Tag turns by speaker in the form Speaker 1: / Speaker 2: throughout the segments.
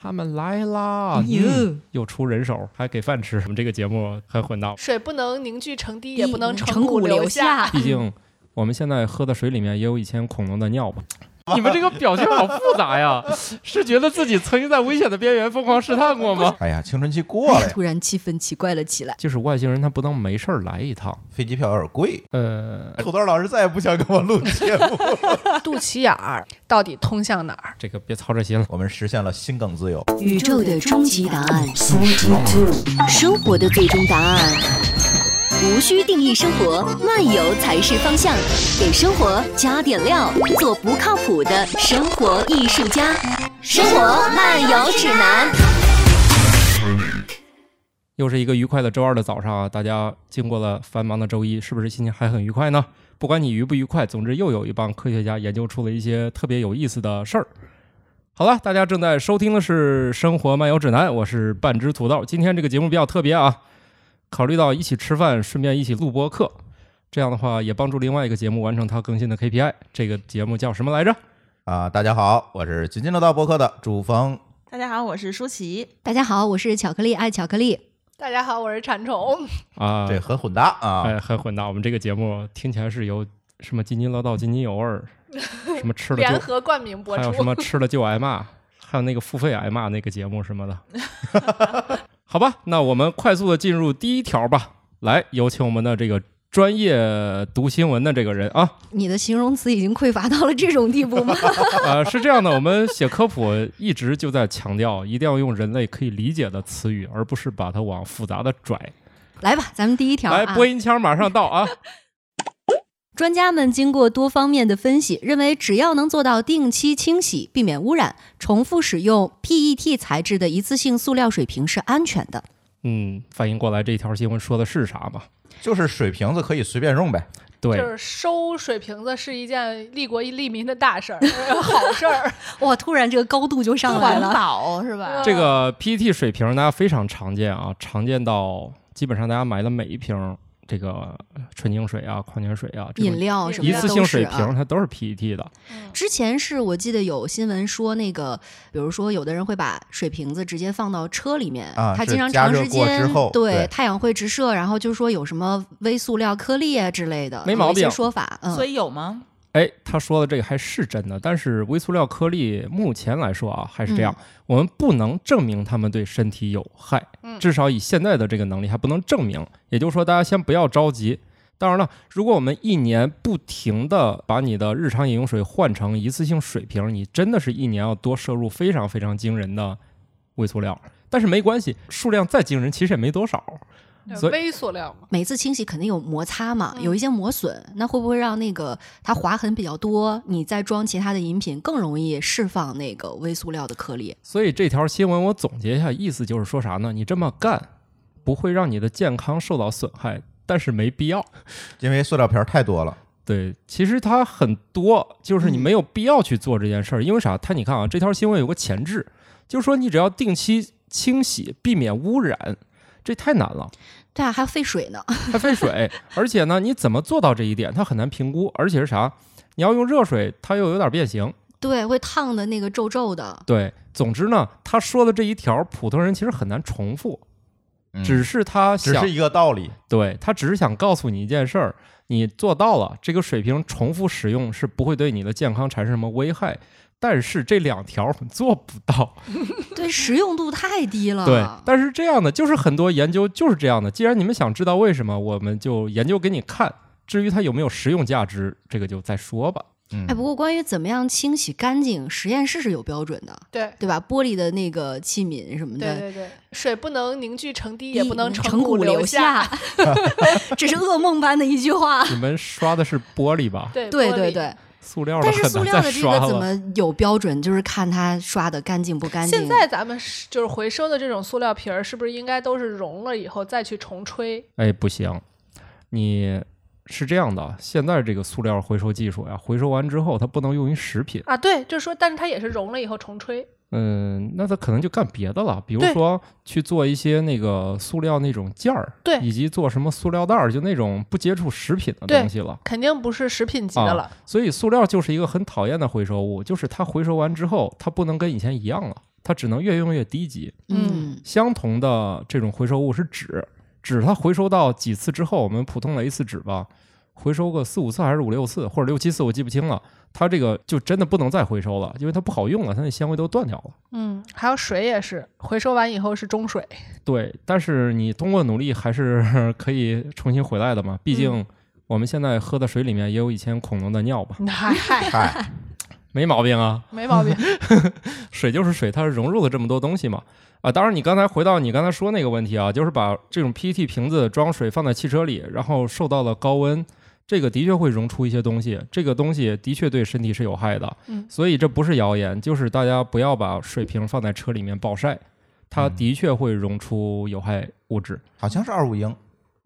Speaker 1: 他们来啦！
Speaker 2: 哟，
Speaker 1: 嗯又出人手，还给饭吃。我们这个节目很混闹，
Speaker 3: 水不能凝聚嗯成滴，也不能
Speaker 2: 成
Speaker 3: 骨
Speaker 2: 流
Speaker 3: 下。。
Speaker 1: 毕竟我们现在喝的水里面也有以前恐龙的尿吧。 你们这个表情好复杂呀， 是觉得自己曾经在危险的边缘疯狂试探过吗？
Speaker 4: 哎呀，青春期过了 呀，
Speaker 2: 突然气氛奇怪了起来。
Speaker 1: 就是外星人他不能没事儿来一趟。
Speaker 4: 飞机票有点贵。哎
Speaker 1: 呃，
Speaker 4: 土豆老师再也不想跟我录节目，
Speaker 3: 肚脐眼儿到底通向哪儿？
Speaker 1: 这个别操这心了。
Speaker 4: 我们实现了心梗自由。
Speaker 5: 宇宙的终极答案，42，生活的最终答案。无需定义生活，漫游才是方向。给生活加点料，做不靠谱的生活艺术家。生活漫游指南。
Speaker 1: 又是一个愉快的周二的早上啊！大家经过了繁忙的周一，是不是心情还很愉快呢？不管你愉不愉快，总之又有一帮科学家研究出了一些特别有意思的事儿。好了，大家正在收听的是《生活漫游指南》，我是半只土豆。今天这个节目比较特别啊，考虑到一起吃饭，顺便一起录播课，这样的话也帮助另外一个节目完成它更新的 KPI。这个节目叫什么来着？
Speaker 4: 啊，大家好，我是津津乐道播客的主峰。
Speaker 6: 大家好，我是舒淇。
Speaker 2: 大家好，我是巧克力爱巧克力。
Speaker 3: 大家好，我是馋虫。
Speaker 1: 啊、
Speaker 4: 这很混搭啊，
Speaker 1: 哎，很混搭。我们这个节目听起来是由什么津津乐道、津津有味儿，什么 吃了
Speaker 3: 联
Speaker 1: 就
Speaker 3: 合冠名播
Speaker 1: 还有什
Speaker 3: 出，
Speaker 1: 么吃了就挨骂，还有那个付费挨骂那个节目什么的。好吧，那我们快速的进入第一条吧。来，有请我们的这个专业读新闻的这个人啊，
Speaker 2: 你的形容词已经匮乏到了这种地步 吗？
Speaker 1: 呃，是这样的，我们写科普一直就在强调，一定要用人类可以理解的词语，而不是把它往复杂的拽。
Speaker 2: 来吧，咱们第一条
Speaker 1: 来，
Speaker 2: 啊。
Speaker 1: 播音腔马上到啊！
Speaker 2: 专家们经过多方面的分析，认为只要能做到定期清洗、避免污染、重复使用 PET 材质的一次性塑料水瓶是安全的。
Speaker 1: 嗯，反应过来这条新闻说的是啥吧？
Speaker 4: 就是水瓶子可以随便用呗。
Speaker 1: 对，
Speaker 3: 就是收水瓶子是一件利国利民的大事儿， 好事儿。
Speaker 2: 哇，突然这个高度就上来
Speaker 6: 环
Speaker 2: 了。
Speaker 6: 保是
Speaker 2: 嗯
Speaker 6: 吧？
Speaker 1: 这个 PET 水瓶大家非常常见啊，常见到基本上大家买的每一瓶这个纯净水啊、矿泉水啊，这
Speaker 2: 饮
Speaker 1: 种
Speaker 2: 料什么
Speaker 1: 一
Speaker 2: 的
Speaker 1: 次
Speaker 2: 都
Speaker 1: 性
Speaker 2: 是
Speaker 1: 水
Speaker 2: 啊
Speaker 1: 瓶它都是 PET 的。
Speaker 2: 之前是我记得有新闻说，那个比如说有的人会把水瓶子直接放到车里面，
Speaker 4: 啊
Speaker 2: 它
Speaker 4: 是
Speaker 2: 经常
Speaker 4: 加
Speaker 2: 长
Speaker 4: 热
Speaker 2: 时
Speaker 4: 过之
Speaker 2: 间
Speaker 4: 后对
Speaker 2: 太阳会直射，然后就说有什么微塑料颗粒啊之类的，
Speaker 1: 没
Speaker 2: 有
Speaker 1: 毛
Speaker 2: 一些
Speaker 1: 病
Speaker 2: 说法，嗯，
Speaker 6: 所以 有吗？
Speaker 1: 哎，他说的这个还是真的，但是微塑料颗粒目前来说啊，还是这样，我们不能证明它们对身体有害，
Speaker 3: 嗯
Speaker 1: 至少以现在的这个能力还不能证明。也就是说，大家先不要着急。当然了，如果我们一年不停的把你的日常饮用水换成一次性水瓶，你真的是一年要多摄入非常非常惊人的微塑料。但是没关系，数量再惊人，其实也没多少。 所以
Speaker 3: 微塑料嘛，
Speaker 2: 每次清洗肯定有摩擦嘛，
Speaker 1: 嗯
Speaker 2: 有一些磨损，那会不会让那个它划痕比较多？你再装其他的饮品更容易释放那个微塑料的颗粒？
Speaker 1: 所以这条新闻我总结一下，意思就是说啥呢？你这么干不会让你的健康受到损害，但是没必要。
Speaker 4: 因为塑料瓶儿太多了，
Speaker 1: 对，其实它很多，就是你
Speaker 2: 嗯
Speaker 1: 没有必要去做这件事儿，因为啥？它你看啊，这条新闻有个前置，就是说你只要定期清洗，避免污染，这太难了，
Speaker 2: 对啊，还要费水呢。
Speaker 1: 还费水， 而且呢，你怎么做到这一点？它很难评估，而且是啥？你要用热水，它又有点变形。
Speaker 2: 对，会烫的那个皱皱的。
Speaker 1: 对，总之呢，他说的这一条，普通人其实很难重复，
Speaker 4: 嗯
Speaker 1: 只是他
Speaker 4: 只
Speaker 1: 想
Speaker 4: 是一个道理。
Speaker 1: 对他只是想告诉你一件事儿，你做到了，这个水平重复使用是不会对你的健康产生什么危害。但是这两条我们做不到，
Speaker 2: 对，实用度太低了。
Speaker 1: 对。但是这样的就是很多研究就是这样的。既然你们想知道为什么，我们就研究给你看。至于它有没有实用价值，这个就再说吧。
Speaker 4: 嗯
Speaker 2: 哎，，不过关于怎么样清洗干净，实验室是有标准的，
Speaker 3: 对。
Speaker 2: 对吧？玻璃的那个器皿什么
Speaker 3: 对
Speaker 2: 的，
Speaker 3: 对对，水不能凝聚成滴，也不能
Speaker 2: 成
Speaker 3: 骨
Speaker 2: 流
Speaker 3: 下。。
Speaker 2: 这是噩梦般的一句话。
Speaker 1: 你们刷的是玻璃吧？
Speaker 3: 对
Speaker 2: 对
Speaker 3: 玻
Speaker 2: 对
Speaker 3: 璃
Speaker 2: 对，
Speaker 1: 塑料的
Speaker 2: 但是
Speaker 1: 很
Speaker 2: 塑
Speaker 1: 难
Speaker 2: 料
Speaker 1: 再
Speaker 2: 的这
Speaker 1: 刷
Speaker 2: 个怎
Speaker 1: 了。
Speaker 2: 么有标准？就是看它刷的干净不干净。
Speaker 3: 现在咱们是就是回收的这种塑料瓶儿，是不是应该都是融了以后再去重吹？
Speaker 1: 哎，不行，你是这样的，现在这个塑料回收技术呀，回收完之后它不能用于食品。
Speaker 3: 啊，对，就是说，但是它也是融了以后重吹，
Speaker 1: 嗯，那他可能就干别的了，比如
Speaker 3: 对
Speaker 1: 说去做一些那个塑料那种件儿，
Speaker 3: 对
Speaker 1: 以及做什么塑料袋儿，就那种不接触食品的
Speaker 3: 对
Speaker 1: 东西了。
Speaker 3: 肯定不是食品级的了。
Speaker 1: 啊，所以塑料就是一个很讨厌的回收物，就是它回收完之后，它不能跟以前一样了。它只能越用越低级。
Speaker 2: 嗯
Speaker 1: 相同的这种回收物是纸，纸它回收到几次之后，我们普通的一次纸吧，回收个四五次还是五六次，或者六七次，我记不清了。它这个就真的不能再回收了，因为它不好用了，它那纤维都断掉了。
Speaker 3: 嗯，还有水也是，回收完以后是中水。
Speaker 1: 对，但是你通过努力还是 可以重新回来的嘛，毕竟我们现在喝的水里面也有以前恐龙的尿吧，
Speaker 3: 嗨嗨，
Speaker 4: 嗨，
Speaker 1: 没毛病啊。
Speaker 3: 没毛病。
Speaker 1: 水就是水，它是融入了这么多东西嘛。啊，当然，你刚才回到你刚才说那个问题啊，就是把这种 PET 瓶子装水放在汽车里，然后受到了高温，这个的确会溶出一些东西，这个东西的确对身体是有害的。
Speaker 3: 嗯
Speaker 1: 所以这不是谣言，就是大家不要把水瓶放在车里面暴晒，它的确会溶出有害物质。
Speaker 4: 好像是二五英，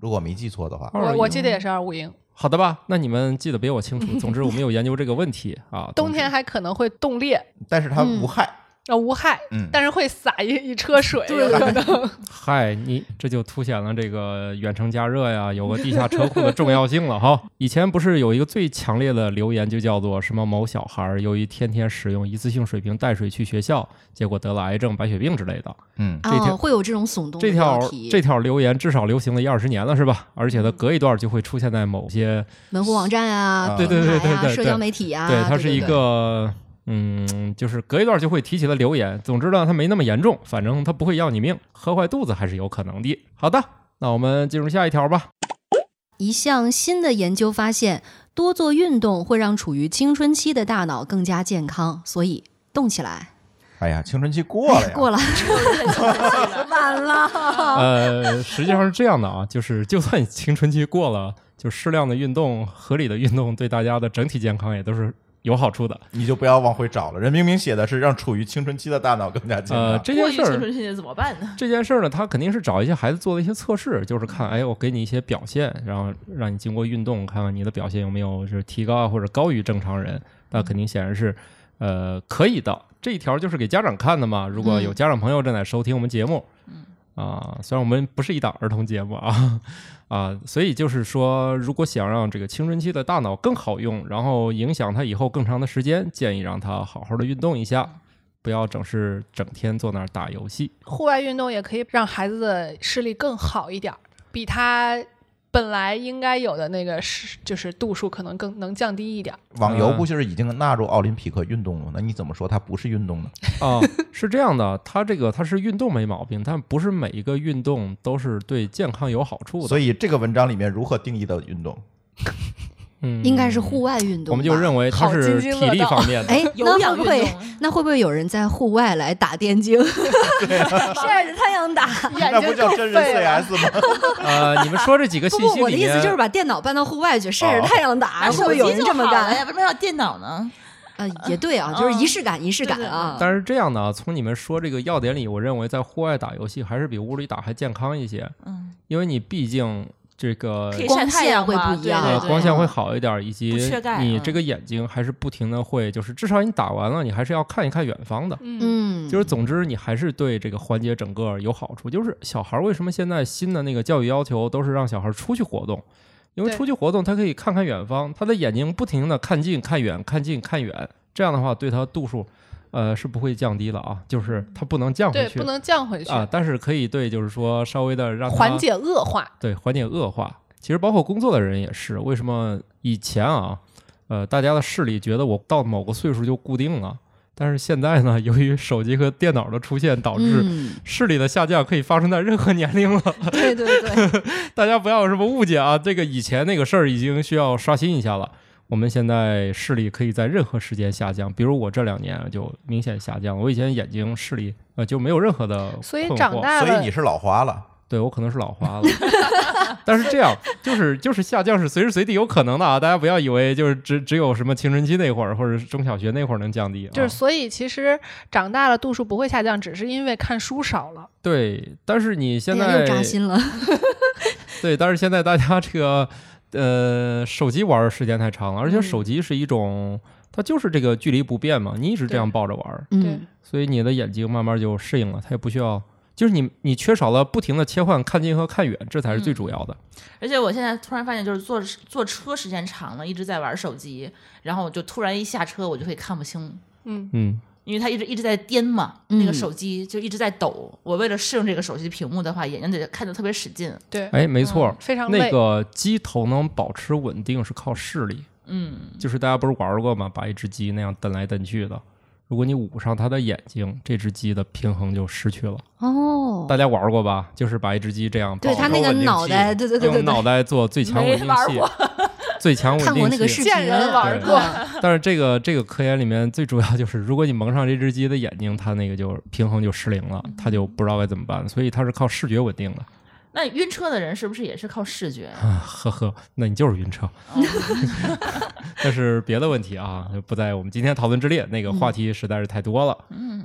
Speaker 4: 如果没记错的话，
Speaker 1: 二
Speaker 3: 我
Speaker 1: 五
Speaker 3: 我
Speaker 1: 英
Speaker 3: 记得也是二五英，
Speaker 1: 好的吧，那你们记得比我清楚。总之，我们有研究这个问题啊。
Speaker 3: 冬天还可能会冻裂，
Speaker 4: 但是它
Speaker 2: 嗯
Speaker 4: 无害。
Speaker 3: 呃，无害，
Speaker 4: 嗯，
Speaker 3: 但是会洒一一 车水，有可能。
Speaker 1: 嗨，你这就凸显了这个远程加热呀，有个地下车库的重要性了哈。 以前不是有一个最强烈的留言，就叫做什么某小孩儿由于天天使用一次性水瓶带水去学校，结果得了癌症、白血病之类的。
Speaker 4: 嗯，
Speaker 1: 这条
Speaker 2: 啊，会有这种耸动的
Speaker 1: 这条
Speaker 2: 标题
Speaker 1: 这条留言至少流行了一二十年了，是吧？而且它隔一段就会出现在某些
Speaker 2: 门户网站啊，
Speaker 4: 啊
Speaker 1: 对对对
Speaker 2: 平台啊
Speaker 1: 对对对
Speaker 2: 社交媒体啊，
Speaker 1: 对，它是一
Speaker 2: 对
Speaker 1: 个。嗯，就是隔一段就会提起的留言。总之呢，它没那么严重，反正它不会要你命，喝坏肚子还是有可能的。好的，那我们进入下一条吧。
Speaker 2: 一项新的研究发现，多做运动会让处于青春期的大脑更加健康，所以动起来。
Speaker 4: 哎呀，青春期过
Speaker 1: 啊
Speaker 4: 了呀，
Speaker 2: 过了，晚了。
Speaker 1: 呃，实际上是这样的啊，就是就算你青春期过了，就适量的运动、合理的运动，对大家的整体健康也都是有好处的。
Speaker 4: 你就不要往回找了。人明明写的是让处于青春期的大脑更加健
Speaker 1: 呃，
Speaker 4: 康。
Speaker 1: 这
Speaker 6: 过
Speaker 1: 件
Speaker 6: 于
Speaker 1: 事
Speaker 6: 青
Speaker 1: 儿，
Speaker 6: 春期的怎么办 呢？
Speaker 1: 这件事儿呢，他肯定是找一些孩子做了一些测试，就是看，哎，我给你一些表现，然后让你经过运动，看看你的表现有没有就是提高啊，或者高于正常人。那肯定显然是，呃，可以的。这一条就是给家长看的嘛。如果有家长朋友正在收听我们节目，啊，虽然我们不是一档儿童节目啊，啊，所以就是说，如果想让这个青春期的大脑更好用，然后影响他以后更长的时间，建议让他好好的运动一下，不要整是整天坐那儿打游戏。
Speaker 3: 户外运动也可以让孩子的视力更好一点儿，比他本来应该有的那个是就是度数可能更能降低一点儿。
Speaker 4: 网
Speaker 1: 呃
Speaker 4: 游不就是已经纳入奥林匹克运动了吗？那你怎么说它不是运动呢？
Speaker 1: 啊，是这样的，它这个它是运动没毛病，但不是每一个运动都是对健康有好处的。
Speaker 4: 所以这个文章里面如何定义的运动？
Speaker 1: 嗯，
Speaker 2: 应该是户外运动吧，
Speaker 1: 我们就认为它
Speaker 3: 好
Speaker 1: 是
Speaker 3: 津津
Speaker 1: 体
Speaker 3: 乐
Speaker 1: 力
Speaker 3: 道
Speaker 1: 方面的。
Speaker 2: 哎，那
Speaker 6: 有氧
Speaker 2: 会不会
Speaker 6: 运动
Speaker 2: 那会不会有人在户外来打 电竞，晒着太阳打？
Speaker 3: 眼
Speaker 4: 那
Speaker 3: 睛
Speaker 4: 不叫
Speaker 3: 够
Speaker 4: 真人
Speaker 3: 废了
Speaker 4: CS 吗？
Speaker 1: 呃，你们说这几个
Speaker 2: 不
Speaker 1: 信息
Speaker 2: 不，我的
Speaker 1: 里
Speaker 2: 意
Speaker 1: 面，哦
Speaker 2: 思就是把电脑搬到户外去，晒着太阳 打，会
Speaker 6: 拿
Speaker 2: 不
Speaker 6: 手
Speaker 2: 哎会有
Speaker 6: 机
Speaker 2: 人
Speaker 6: 就
Speaker 2: 这么
Speaker 6: 好了
Speaker 2: 干？
Speaker 6: 呀，为哎什么要电脑呢？
Speaker 2: 呃，也对啊，就是仪
Speaker 6: 嗯
Speaker 2: 式感，仪式
Speaker 6: 对
Speaker 2: 感
Speaker 6: 对
Speaker 2: 啊。
Speaker 1: 但是这样的啊，从你们说这个要点里，我认为在户外打游戏还是比屋里打还健康一些，
Speaker 6: 嗯，
Speaker 1: 因为你毕竟这个
Speaker 6: 可
Speaker 2: 呃
Speaker 6: 以
Speaker 2: 光
Speaker 6: 晒太
Speaker 2: 线
Speaker 6: 阳
Speaker 2: 会
Speaker 6: 嘛
Speaker 2: 不一
Speaker 6: 对
Speaker 2: 样
Speaker 1: 呃
Speaker 6: 对对
Speaker 1: 光线
Speaker 2: 啊
Speaker 1: 会好一点，以及
Speaker 6: 不缺钙
Speaker 1: 你
Speaker 6: 嗯
Speaker 1: 这个眼睛还是不停的会，就是至少你打完了，你还是要看一看远方的。
Speaker 3: 嗯，
Speaker 2: 嗯，
Speaker 1: 就是总之，你还是对这个缓解整个有好处。就是小孩儿为什么现在新的那个教育要求都是让小孩儿出去活动，因为
Speaker 3: 对
Speaker 1: 出去活动他可以看看远方，他的眼睛不停的看近看远看近看远，这样的话对他度数，呃是不会降低了啊，就是他不能降回
Speaker 3: 嗯对，
Speaker 1: 去
Speaker 3: 不能降回去，
Speaker 1: 啊，但是可以对就是说稍微的让他
Speaker 3: 缓解恶化。
Speaker 1: 对缓解恶化。其实包括工作的人也是，为什么以前啊，呃，大家的视力觉得我到某个岁数就固定了，但是现在呢，由于手机和电脑的出现，导致、
Speaker 2: 嗯，
Speaker 1: 视力的下降可以发生在任何年龄了，
Speaker 2: 对对对，
Speaker 1: 大家不要有什么误解啊！这个以前那个事儿已经需要刷新一下了。我们现在视力可以在任何时间下降，比如我这两年就明显下降了。我以前眼睛视力呃就没有任何的困惑，
Speaker 3: 所以长大
Speaker 4: 所以
Speaker 3: 了
Speaker 4: 你，是老花了，
Speaker 1: 对我可能是老花了， 但是这样就是就是下降是随时随地有可能的啊！大家不要以为就是只只有什么青春期那会儿或者是中小学那会儿能降低，啊。
Speaker 3: 就是所以其实长大了度数不会下降，只是因为看书少了。
Speaker 1: 对。但是你现
Speaker 2: 哎呀
Speaker 1: 在
Speaker 2: 又扎心了。
Speaker 1: 对，但是现在大家这个呃手机玩儿时间太长了，而且手机是一种，它就是这个距离不变嘛，你一直这样
Speaker 3: 对
Speaker 1: 抱着玩儿，
Speaker 3: 对
Speaker 2: 嗯，
Speaker 1: 所以你的眼睛慢慢就适应了，它也不需要，就是你你缺少了不停的切换看近和看远，这才是最主要的。
Speaker 6: 而且我现在突然发现，就是坐坐车时间长了，一直在玩手机，然后我就突然一下车，我就会看不清
Speaker 3: 嗯，
Speaker 1: 嗯，
Speaker 6: 因为它一直一直在颠嘛，
Speaker 2: 嗯
Speaker 6: 那个手机就一直在抖。我为了适应这个手机屏幕的话，眼睛得看得特别使劲。
Speaker 3: 对，
Speaker 1: 哎，没错儿，
Speaker 3: 非常累。
Speaker 1: 那个鸡头能保持稳定是靠视力，
Speaker 6: 嗯，
Speaker 1: 就是大家不是玩过吗？把一只鸡那样蹬来蹬去的，如果你捂上它的眼睛，这只鸡的平衡就失去了。
Speaker 2: 哦，
Speaker 1: 大家玩过吧？就是把一只鸡这样抱
Speaker 2: 对
Speaker 1: 着，
Speaker 2: 它那个
Speaker 1: 稳定器
Speaker 2: 脑袋对对对对对
Speaker 1: 用脑袋做最强稳
Speaker 6: 没
Speaker 1: 定
Speaker 6: 玩
Speaker 1: 器
Speaker 6: 过，
Speaker 1: 最强稳
Speaker 2: 看过那
Speaker 1: 定
Speaker 2: 个视
Speaker 1: 器。
Speaker 2: 频，
Speaker 3: 见人玩
Speaker 1: 过
Speaker 2: 嗯
Speaker 1: 但是这个这个科研里面最主要就是，如果你蒙上这只鸡的眼睛，它那个就平衡就失灵了，
Speaker 2: 嗯
Speaker 1: 它就不知道该怎么办，所以它是靠视觉稳定的。
Speaker 6: 那晕车的人是不是也是靠视觉？
Speaker 1: 啊，呵呵，那你就是晕车。 但是别的问题啊，就不在我们今天讨论之列，那个话题实在是太多了。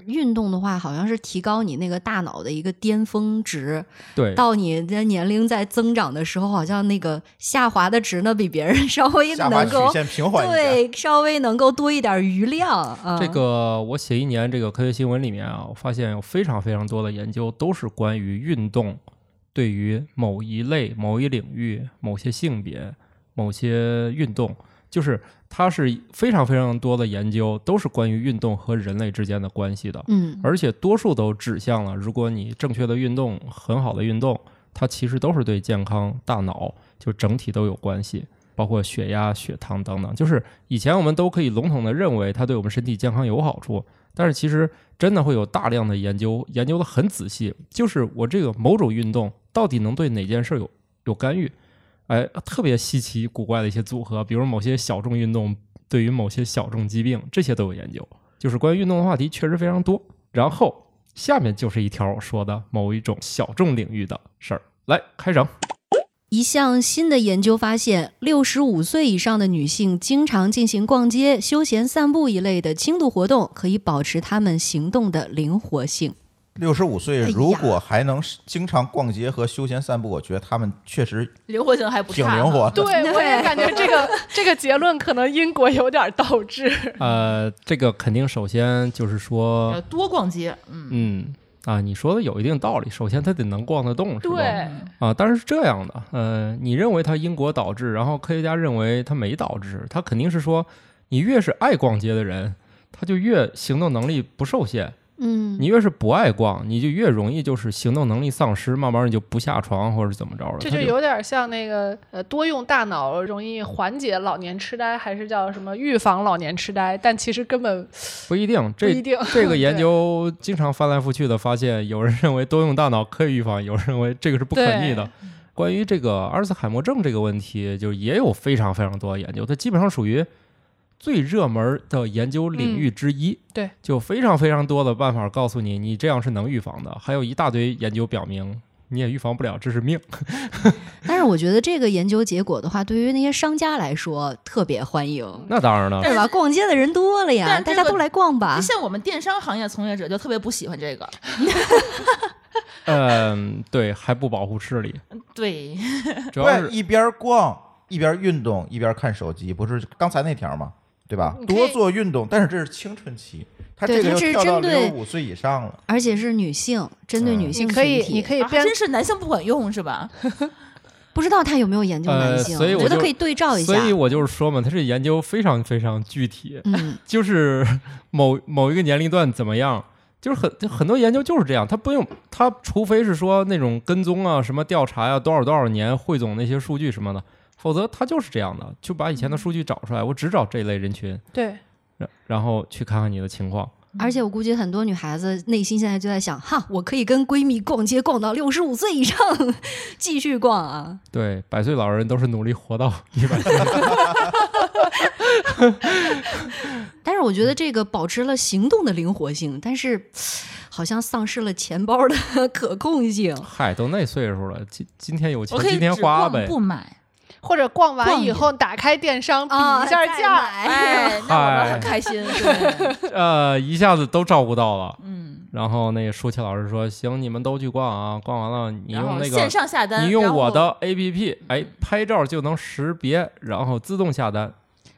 Speaker 2: 运动的话，好像是提高你那个大脑的一个巅峰值，
Speaker 1: 对，
Speaker 2: 到你的年龄在增长的时候，好像那个下滑的值呢，比别人稍微
Speaker 4: 下巴
Speaker 2: 能
Speaker 4: 曲
Speaker 2: 够
Speaker 4: 线平缓一点。
Speaker 2: 对稍微能够多一点余量啊。
Speaker 1: 这个我写一年这个科学新闻里面啊，我发现有非常非常多的研究都是关于运动对于某一类、某一领域、某些性别、某些运动，就是它是非常非常多的研究都是关于运动和人类之间的关系的。
Speaker 2: 嗯
Speaker 1: 而且多数都指向了，如果你正确的运动，很好的运动，它其实都是对健康、大脑就整体都有关系，包括血压、血糖等等。就是以前我们都可以笼统的认为它对我们身体健康有好处，但是其实真的会有大量的研究， 研究的很仔细，就是我这个某种运动到底能对哪件事儿有有干预。哎，特别稀奇古怪的一些组合，比如某些小众运动对于某些小众疾病，这些都有研究。就是关于运动的话题确实非常多。然后下面就是一条说的某一种小众领域的事儿，来开整。
Speaker 2: 一项新的研究发现，六十五岁以上的女性经常进行逛街、休闲散步一类的轻度活动，可以保持她们行动的灵活性。
Speaker 4: 六十五岁
Speaker 2: 哎呀
Speaker 4: 如果还能经常逛街和休闲散步，我觉得他们确实
Speaker 6: 灵活性还不
Speaker 4: 挺
Speaker 6: 差哈，
Speaker 4: 灵活的。
Speaker 3: 对， 我也感觉这 个这个结论可能因果有点倒置。
Speaker 1: 呃，这个肯定首先就是
Speaker 6: 要
Speaker 1: 说，
Speaker 6: 呃多逛街，嗯，
Speaker 1: 嗯啊，你说的有一定道理。首先，它得能逛得动，是吧？
Speaker 6: 嗯
Speaker 3: 对，
Speaker 6: 哎
Speaker 1: 啊，但是这样的，呃，你认为它因果导致，然后科学家认为它没导致，它肯定是说，你越是爱逛街的人，他就越行动能力不受限。
Speaker 2: 嗯
Speaker 1: 你越是不爱逛，你就越容易就是行动能力丧失，慢慢你就不下床或者怎么着了。
Speaker 3: 这
Speaker 1: 它
Speaker 3: 就有点像那个呃，多用大脑容易缓解老年痴呆，还是叫什么预防老年痴呆？但其实根本
Speaker 1: 不一定，
Speaker 3: 不
Speaker 1: 这
Speaker 3: 一定。
Speaker 1: 这个研
Speaker 3: 对
Speaker 1: 究经常翻来覆去的发现，有人认为多用大脑可以预防，有人认为这个是不可逆的。关于这个阿尔茨海默症这个问题，就是也有非常非常多的研究，它基本上属于最热门的研究领域之一。
Speaker 3: 对，
Speaker 1: 就非常非常多的办法告诉你，你这样是能预防的，还有一大堆研究表明你也预防不了，这是命。
Speaker 2: 但是我觉得这个研究结果的话，对于那些商家来说特别欢迎，
Speaker 1: 那当然了，
Speaker 2: 是吧？逛街的人多了呀，
Speaker 6: 但这
Speaker 2: 大
Speaker 6: 个
Speaker 2: 家都来逛吧
Speaker 6: 就。像我们电商行业从业者就特别不喜欢这个，
Speaker 1: 嗯，对，还不保护视力，
Speaker 6: 对，
Speaker 1: 主要
Speaker 4: 对
Speaker 1: 是
Speaker 4: 一边逛一边运动一边看手机，不是刚才那条吗？对吧？
Speaker 3: 你可以
Speaker 4: 多做运动，但是这是青春期，他
Speaker 2: 对
Speaker 4: 这
Speaker 2: 它
Speaker 4: 个又
Speaker 2: 这是
Speaker 4: 跳到
Speaker 2: 针
Speaker 4: 六
Speaker 2: 对
Speaker 4: 十五岁以上了。
Speaker 2: 而且是女性，针对
Speaker 4: 嗯
Speaker 2: 女性
Speaker 3: 你可以
Speaker 2: 群，体
Speaker 3: 你可以
Speaker 6: 啊还
Speaker 3: 边
Speaker 6: 真是男性不管用是吧？
Speaker 2: 不知道他有没有研究男性，
Speaker 1: 呃所以我
Speaker 2: 觉得
Speaker 1: 就
Speaker 2: 可以对照一下
Speaker 1: 所。以我就是说嘛，他这研究非常非常具体。
Speaker 2: 嗯，
Speaker 1: 就是 某某一个年龄段怎么样，就是很很多研究就是这样，他不用他，除非是说那种跟踪啊、什么调查呀、多少多少年汇总那些数据什么的，否则他就是这样的，就把以
Speaker 6: 嗯
Speaker 1: 前的数据找出来，我只找这一类人群，
Speaker 3: 对
Speaker 1: 然然后去看看你的情况。
Speaker 2: 而且我估计很多女孩子内心现在就在想，哈，我可以跟闺蜜逛街逛到六十五岁以上， 继续逛啊。
Speaker 1: 对，百岁老人都是努力活到一百岁。
Speaker 2: 但是我觉得这个保持了行动的灵活性，但是嘶好像丧失了钱包的 可控性。
Speaker 1: 嗨，都那岁数了，今今天有钱
Speaker 6: 我可以
Speaker 1: 今天
Speaker 6: 只
Speaker 1: 花
Speaker 6: 逛
Speaker 1: 呗。
Speaker 6: 不买，
Speaker 3: 或者逛哦完
Speaker 6: 逛
Speaker 3: 以
Speaker 6: 街
Speaker 3: 后打开电商比
Speaker 2: 啊
Speaker 3: 一下
Speaker 2: 再
Speaker 3: 价
Speaker 2: 买
Speaker 3: 儿，
Speaker 6: 哎，那我
Speaker 1: 嗨
Speaker 6: 们很开心，对，
Speaker 1: 呃，一下子都照顾到了。
Speaker 6: 嗯，
Speaker 1: 然后那个舒淇老师说：“行，你们都去逛啊，逛完了你
Speaker 6: 然
Speaker 1: 用
Speaker 6: 后
Speaker 1: 那个
Speaker 6: 线上下单，
Speaker 1: 你用
Speaker 6: 然后
Speaker 1: 我的 APP，哎，拍照就能识别，然后自动下单。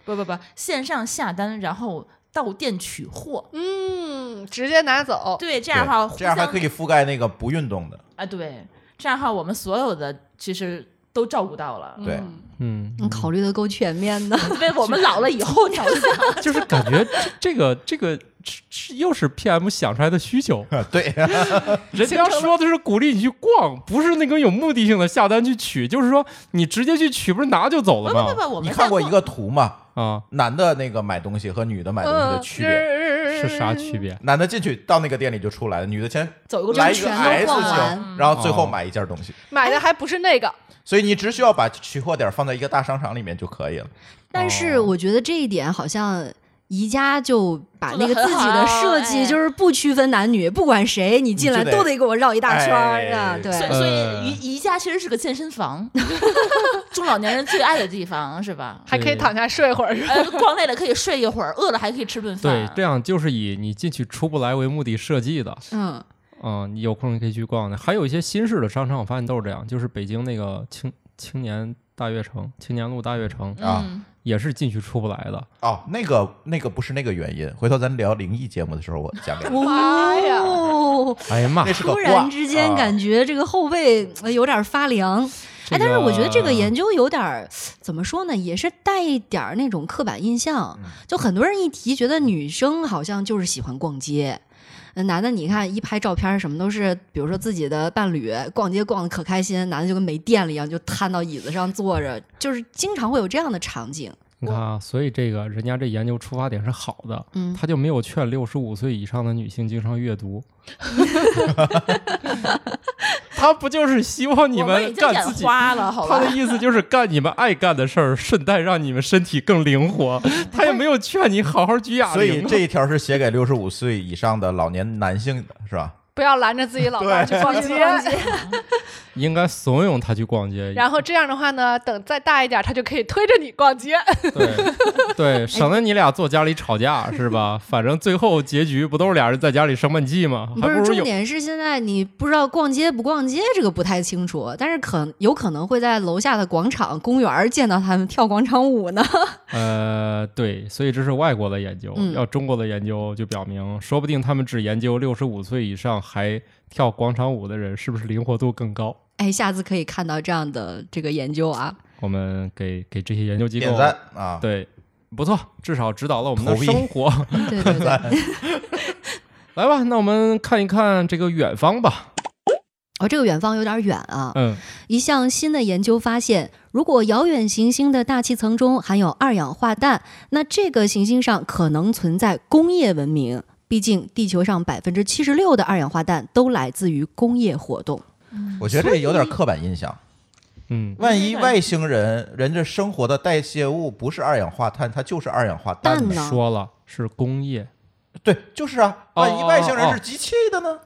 Speaker 6: 不不不，线上下单，然后到店取货，
Speaker 3: 嗯，直接拿走。
Speaker 6: 对，这样的话，
Speaker 4: 对这样还可以覆盖那个不运动的。
Speaker 6: 啊，对，这样的话，我们所有的其实都照顾到了。
Speaker 4: 对
Speaker 3: 嗯
Speaker 1: 嗯，
Speaker 2: 你考虑的够全面的。
Speaker 6: 为我们老了以后着想，
Speaker 1: 就是感觉这这个这个是是又是 PM 想出来的需求，
Speaker 4: 对，
Speaker 2: 嗯
Speaker 1: 人家说的是鼓励你去逛，不是那个有目的性的下单去取，就是说你直接去取，不是拿就走
Speaker 6: 不
Speaker 1: 了
Speaker 6: 不不
Speaker 1: 吗？
Speaker 6: 不，我
Speaker 4: 你
Speaker 6: 们
Speaker 4: 看
Speaker 6: 在
Speaker 4: 过
Speaker 6: 做
Speaker 4: 一个图吗？
Speaker 1: 啊，
Speaker 4: 男的那个买东西和女的买东西的
Speaker 3: 嗯
Speaker 2: 嗯
Speaker 4: 区别，
Speaker 3: 是
Speaker 1: 是啥区？别？
Speaker 4: 男的进去到那个店里就出来了，女的先
Speaker 6: 走一个
Speaker 4: 来
Speaker 6: 路
Speaker 4: 一
Speaker 6: 程
Speaker 4: 个
Speaker 2: 全都逛
Speaker 4: S
Speaker 2: 完
Speaker 6: 嗯
Speaker 2: 嗯
Speaker 4: 型，然后最后
Speaker 1: 哦
Speaker 4: 买一件东西。
Speaker 3: 买的还不是那个，
Speaker 4: 所以你只需要把取货点放在一个大商场里面就可以了。
Speaker 2: 但是
Speaker 1: 哦
Speaker 2: 我觉得这一点好像宜家就把
Speaker 6: 做
Speaker 2: 那
Speaker 6: 得
Speaker 2: 个自
Speaker 6: 很
Speaker 2: 己的
Speaker 6: 好
Speaker 2: 设计
Speaker 6: 哎
Speaker 2: 就是不区分男女，不管谁你进
Speaker 4: 嗯就
Speaker 2: 来
Speaker 4: 得
Speaker 2: 都得给我绕一大圈儿
Speaker 4: 哎
Speaker 2: 啊！对，
Speaker 6: 所以所
Speaker 1: 呃
Speaker 6: 以宜宜家其实是个健身 房，中老年人最爱的地方是吧？
Speaker 3: 还可以躺下睡会儿， 是吧
Speaker 6: 呃，逛累了可以睡一会儿，饿了还可以吃顿
Speaker 1: 对
Speaker 6: 饭。，
Speaker 1: 这样就是以你进去出不来为目的设计的。
Speaker 2: 嗯，
Speaker 1: 啊、你有空可以去逛的。还有一些新式的商场，我发现都是这样，就是北京那个青青年大悦城、青年路大悦城，
Speaker 4: 啊
Speaker 6: 嗯，
Speaker 1: 也是进去出不来的。
Speaker 4: 哦，那个那个不是那个原因，回头咱聊灵异节目的时候我讲 给你。
Speaker 3: 妈呀
Speaker 2: 哦，
Speaker 1: 哎呀妈
Speaker 4: 那！是个
Speaker 2: 突
Speaker 4: 卦
Speaker 2: 然之间
Speaker 4: 啊
Speaker 2: 感觉这个后背呃有点发凉。哎，但是我觉得这个研究有点儿怎么说呢，也是带一点儿那种刻板印象。就很多人一提，觉得女生好像就是喜欢逛街。呃男的，你看一拍照片，什么都是，比如说自己的伴侣逛街逛的可开心，男的就跟没电了一样，就瘫到椅子上坐着，就是经常会有这样的场景。
Speaker 1: 你看啊，所以这个人家这研究出发点是好的，
Speaker 2: 嗯
Speaker 1: 他就没有劝六十五岁以上的女性经常阅 读，他不就是希望你
Speaker 6: 我们已经
Speaker 1: 干
Speaker 6: 眼
Speaker 1: 自己？
Speaker 6: 花了，好
Speaker 1: 他
Speaker 6: 吧
Speaker 1: 的？意思就是干你们爱干的事儿，顺带让你们身体更灵活。他也没有劝你好好举哑铃啊。
Speaker 4: 所以这一条是写给六十五岁以上的老年男性的，是吧？
Speaker 3: 不要拦着自己老伴儿去逛街。
Speaker 1: 应该怂恿他去逛街，
Speaker 3: 然后这样的话呢，等再大一点，他就可以推着你逛街。
Speaker 1: 对
Speaker 2: 哎
Speaker 1: 对，省得你俩坐家里吵架是吧？反正最后结局不都是俩人在家里生闷气吗？哦
Speaker 2: 不
Speaker 1: 还
Speaker 2: 是
Speaker 1: 如
Speaker 2: 重
Speaker 1: 有
Speaker 2: 点是现在你不知道逛街不逛街这个不太清楚，但是可有可能会在楼下的广场、公园儿见到他们跳广场舞呢。
Speaker 1: 呃，对，所以这是外国的研究，
Speaker 2: 嗯
Speaker 1: 要中国的研究就表明，说不定他们只研究六十五岁以上还跳广场舞的人是不是灵活度更高。
Speaker 2: 哎，下次可以看到这样的这个研究啊。
Speaker 1: 我们给给这些研究机
Speaker 4: 点
Speaker 1: 构
Speaker 4: 赞啊！
Speaker 1: 对不错，至少指导了我们的
Speaker 4: 投币
Speaker 1: 生活。
Speaker 2: 对对对，
Speaker 1: 来吧，那我们看一看这个远方吧。
Speaker 2: 哦，这个远方有点远啊。
Speaker 1: 嗯，
Speaker 2: 一项新的研究发现，如果遥远行星的大气层中含有二氧化氮，那这个行星上可能存在工业文明。毕竟，地球上百分之七十六的二氧化氮都来自于工业活动。
Speaker 4: 我觉得这有点刻板印象。
Speaker 1: 嗯，
Speaker 4: 万一外星人人家生活的代谢物不是二氧化碳，它就是二氧化
Speaker 2: 氮
Speaker 4: 氮
Speaker 2: 呢
Speaker 4: 呢？
Speaker 1: 说了是工业，
Speaker 4: 对，就是啊。
Speaker 1: 哦
Speaker 4: 万一外星
Speaker 1: 哦
Speaker 4: 人
Speaker 1: 哦
Speaker 4: 是机器的呢？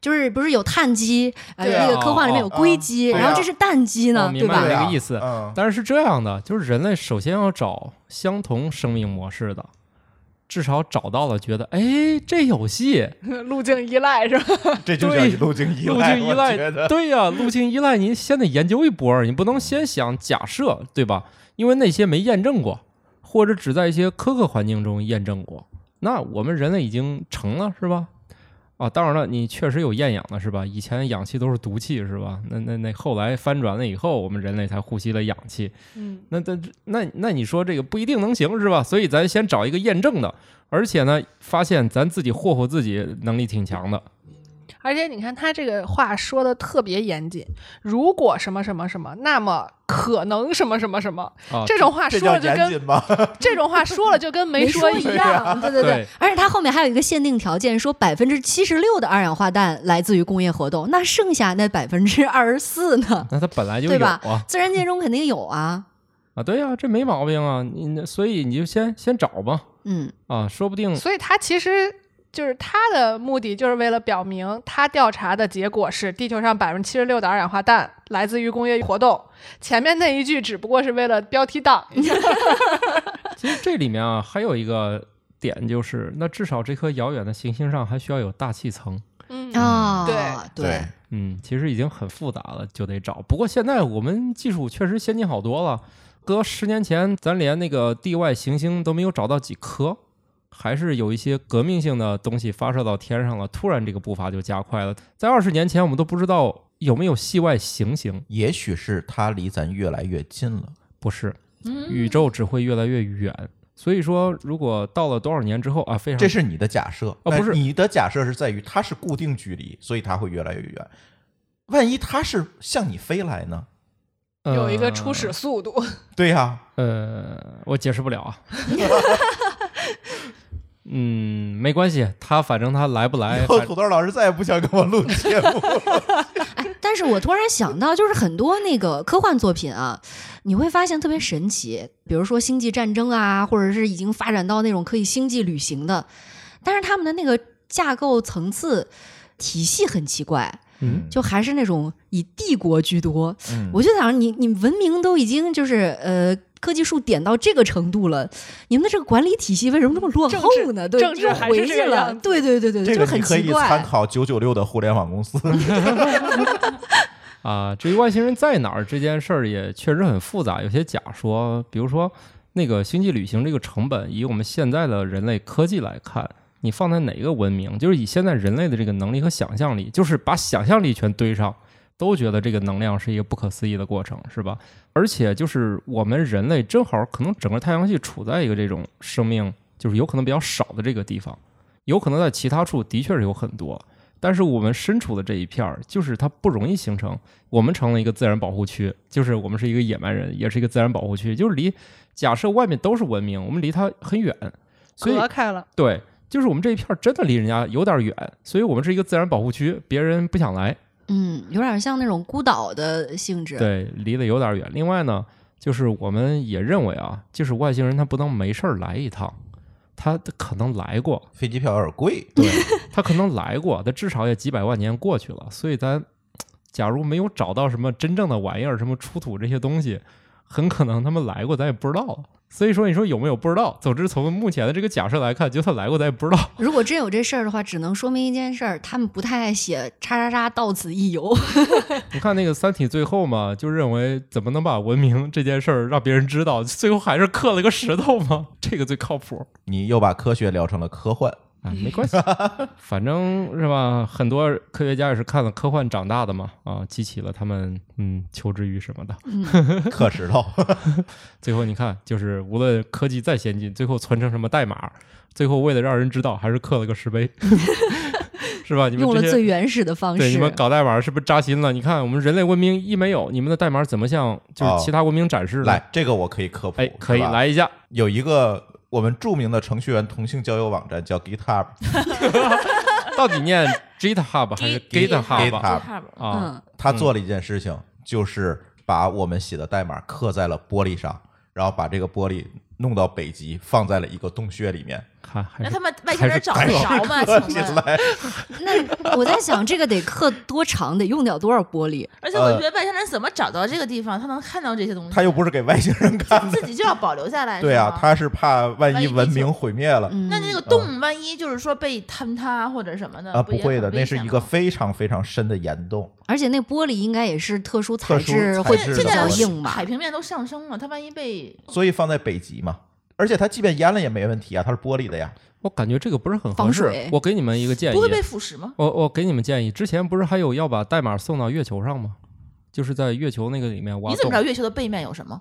Speaker 2: 就是不是有碳基，呃，
Speaker 4: 对啊
Speaker 2: 那个科幻里面有硅基，
Speaker 4: 哦哦哦
Speaker 2: 然后这是氮基呢，
Speaker 1: 哦
Speaker 2: 对
Speaker 1: 明白
Speaker 2: 吧
Speaker 1: 了
Speaker 4: 对？啊
Speaker 1: 那个意思
Speaker 4: 嗯，
Speaker 1: 但是是这样的，就是人类首先要找相同生命模式的，至少找到了，觉得哎这有戏，
Speaker 3: 路径依赖是吧？
Speaker 4: 这就叫
Speaker 1: 对
Speaker 4: 路径依
Speaker 1: 路
Speaker 4: 赖。
Speaker 1: 径依
Speaker 4: 我
Speaker 1: 赖
Speaker 4: 觉得，
Speaker 1: 对呀、路径依赖，你先得研究一波，你不能先想假设，对吧？因为那些没验证过，或者只在一些苛刻环境中验证过，那我们人类已经成了，是吧？啊，当然了，你确实有厌氧的是吧？以前氧气都是毒气是吧？那那那后来翻转了以后，我们人类才呼吸了氧气。
Speaker 3: 嗯，
Speaker 1: 那那那那你说这个不一定能行是吧？所以咱先找一个验证的，而且呢，发现咱自己霍霍自己能力挺强的，
Speaker 3: 而且你看他这个话说的特别严谨，如果什么什么什么，那么可能什么什么什么，
Speaker 1: 啊
Speaker 3: 这种话
Speaker 4: 哦这
Speaker 3: 说
Speaker 4: 叫
Speaker 3: 了就
Speaker 4: 严
Speaker 3: 跟
Speaker 4: 谨吗？
Speaker 3: 这种话说了就跟没
Speaker 2: 说
Speaker 3: 说
Speaker 2: 一
Speaker 3: 一样。啊
Speaker 2: 样，对对
Speaker 1: 对
Speaker 2: 而且它后面还有一个限定条件，说百分之七十六的二氧化氮来自于工业活动，那剩下那百分之二十四呢？
Speaker 1: 那它本来就
Speaker 2: 对
Speaker 1: 有
Speaker 2: 吧
Speaker 1: 啊
Speaker 2: 自然界中肯定有啊，
Speaker 1: 啊，对呀、这没毛病啊，你那所以你就先先找吧
Speaker 2: 嗯，
Speaker 1: 啊，说不 定
Speaker 3: 所以他其实就是他的目的，就是为了表明他调查的结果是地球上百分之七十六的二氧化氮来自于工业活动。前面那一句只不过是为了标题党一下。
Speaker 1: 其实这里面啊还有一个点就是，那至少这颗遥远的行星上还需要有大气层。
Speaker 3: 嗯
Speaker 2: 啊、
Speaker 3: 对
Speaker 2: 对，
Speaker 1: 嗯，其实已经很复杂了，就得找。不过现在我们技术确实先进好多了，搁十年前，咱连那个地外行星都没有找到几颗，还是有一些革命性的东西发射到天上了。突然这个步伐就加快了。在二十年前，我们都不知道有没有系外行星？
Speaker 4: 也许是它离咱越来越近了。
Speaker 1: 不是，
Speaker 6: 嗯
Speaker 1: 宇宙只会越来越远。所以说，如果到了多少年之后啊，非常
Speaker 4: 这是你的假设
Speaker 1: 哦不是
Speaker 4: 那你的假设是在于它是固定距离，所以它会越来越远。万一它是向你飞来呢？
Speaker 3: 有一个初始速度，
Speaker 4: 对呀、
Speaker 1: 呃，我解释不了啊。 嗯，没关系，他反正他来不来，
Speaker 4: 以后
Speaker 1: 哎反
Speaker 4: 土豆老师再也不想跟我录节目 了。
Speaker 2: 但是我突然想到，就是很多那个科幻作品啊，你会发现特别神奇，比如说星际战争啊，或者是已经发展到那种可以星际旅行的，但是他们的那个架构层次体系很奇怪，
Speaker 1: 嗯
Speaker 2: 就还是那种以帝国居多。
Speaker 4: 嗯
Speaker 2: 我就想，你你文明都已经就是呃。科技树点到这个程度了，你们的这个管理体系为什么这么落后呢？对，
Speaker 3: 政治
Speaker 2: 又
Speaker 3: 还是
Speaker 2: 回
Speaker 3: 这
Speaker 2: 去
Speaker 3: 个
Speaker 2: 了，
Speaker 3: 样子
Speaker 2: 对对对对，
Speaker 4: 这
Speaker 2: 就
Speaker 4: 个
Speaker 2: 很
Speaker 4: 你可
Speaker 2: 奇
Speaker 4: 以
Speaker 2: 怪。
Speaker 4: 参考九九六的互联网公 司。
Speaker 1: 啊，至于外星人在哪儿这件事儿也确实很复杂，有些假说，比如说那个星际旅行这个成本，以我们现在的人类科技来看，你放在哪个文明，就是以现在人类的这个能力和想象力，就是把想象力全堆上，都觉得这个能量是一个不可思议的过程，是吧？而且就是我们人类正好可能整个太阳系处在一个这种生命就是有可能比较少的这个地方，有可能在其他处的确是有很多。但是我们身处的这一片儿，就是它不容易形成，我们成了一个自然保护区，就是我们是一个野蛮人，也是一个自然保护区，就是离假设外面都是文明，我们离它很远，所以
Speaker 3: 隔开了。
Speaker 1: 对，就是我们这一片儿真的离人家有点远，所以我们是一个自然保护区，别人不想来，
Speaker 2: 嗯，有点像那种孤岛的性质。
Speaker 1: 对，离得有点远。另外呢，就是我们也认为啊，就是外星人他不能没事儿来一趟，他可能来过，
Speaker 4: 飞机票有点贵， 对，
Speaker 1: 他可能来过，他至少也几百万年过去了，所以咱假如没有找到什么真正的玩意儿，什么出土这些东西，很可能他们来过，咱也不知道了。所以说，你说有没有不知道？总之，从目前的这个假设来看，就算来过，咱也不知道。
Speaker 2: 如果真有这事儿的话，只能说明一件事儿，他们不太爱写“叉叉叉到此一游
Speaker 1: 你看那个《三体》最后嘛，就认为怎么能把文明这件事儿让别人知道，最后还是刻了个石头 嘛，这个最靠谱。
Speaker 4: 你又把科学聊成了 科幻。
Speaker 1: 啊，没关系，反正是吧？很多科学家也是看了科幻长大的嘛，啊，激起了他们嗯求知欲什么的。
Speaker 4: 刻石头，
Speaker 1: 最后你看，就是无论科技再先进，最后传成什么代码，最后为了让人知道，还是刻了个石碑，是吧？”，你们
Speaker 2: 用了
Speaker 1: 这
Speaker 2: 最
Speaker 1: 些
Speaker 2: 原始的方
Speaker 1: 对你们
Speaker 2: 式。
Speaker 1: 搞代码是不是扎心了？你看我们人类文明一没有，你们的代码怎么向就是其他文明展示呢？
Speaker 4: 哦来，这个我可以科普，
Speaker 1: 哎，可以
Speaker 4: 是吧。
Speaker 1: 来一下，
Speaker 4: 有一个我们著名的程序员同性交友网站叫 GitHub，
Speaker 1: 到底念 GitHub 还是
Speaker 6: Git-
Speaker 1: GitHub
Speaker 4: GitHub
Speaker 6: 怕吧
Speaker 1: 啊？
Speaker 2: 嗯，
Speaker 4: 他做了一件事情，就是把我们写的代码刻在了玻璃上，然后把这个玻璃弄到北极，放在了一个洞穴里面。
Speaker 1: 还还
Speaker 6: 那
Speaker 1: 是
Speaker 6: 他们外星人找得着吗？请问？
Speaker 2: 那我在想，这个得刻多长，得用掉多少玻璃？
Speaker 6: 而且我
Speaker 4: 呃
Speaker 6: 觉得外星人怎么找到这个地方，他能看到这些东西？
Speaker 4: 他又不是给外星人看的
Speaker 6: 自，己嗯 就要保留 下来。
Speaker 4: 对
Speaker 6: 是
Speaker 4: 啊
Speaker 6: 吗，
Speaker 4: 他是怕万
Speaker 6: 万
Speaker 4: 一
Speaker 6: 一
Speaker 4: 文
Speaker 6: 地球
Speaker 4: 明毁灭了。
Speaker 2: 嗯，
Speaker 6: 那那个洞万一就是说被坍塌或者什么的
Speaker 4: 啊，
Speaker 6: 不
Speaker 4: 不
Speaker 6: 也
Speaker 4: 会
Speaker 6: 很
Speaker 4: 的，
Speaker 6: 危
Speaker 4: 那是
Speaker 6: 险
Speaker 4: 一个
Speaker 6: 吗
Speaker 4: 非常非常深的岩洞。
Speaker 2: 而且那玻璃应该也是特殊材
Speaker 4: 特殊
Speaker 2: 质，
Speaker 4: 材
Speaker 2: 会
Speaker 4: 质
Speaker 2: 比
Speaker 4: 的
Speaker 2: 较
Speaker 4: 玻璃
Speaker 2: 硬吧
Speaker 6: 海？平面都上升了，它万一被
Speaker 4: 所以放在北极嘛。而且它即便淹了也没问题啊，它是玻璃的呀。
Speaker 1: 我感觉这个不是很合
Speaker 2: 防
Speaker 1: 适
Speaker 2: 水。。
Speaker 1: 我给你们一个建议
Speaker 6: 不，会被腐蚀吗？
Speaker 1: 我我给你们建议，之前不是还有要把代码送到月球上吗？就是在月球那个里面挖
Speaker 6: 你
Speaker 1: 洞。
Speaker 6: 怎么知道月球的背面有 什么？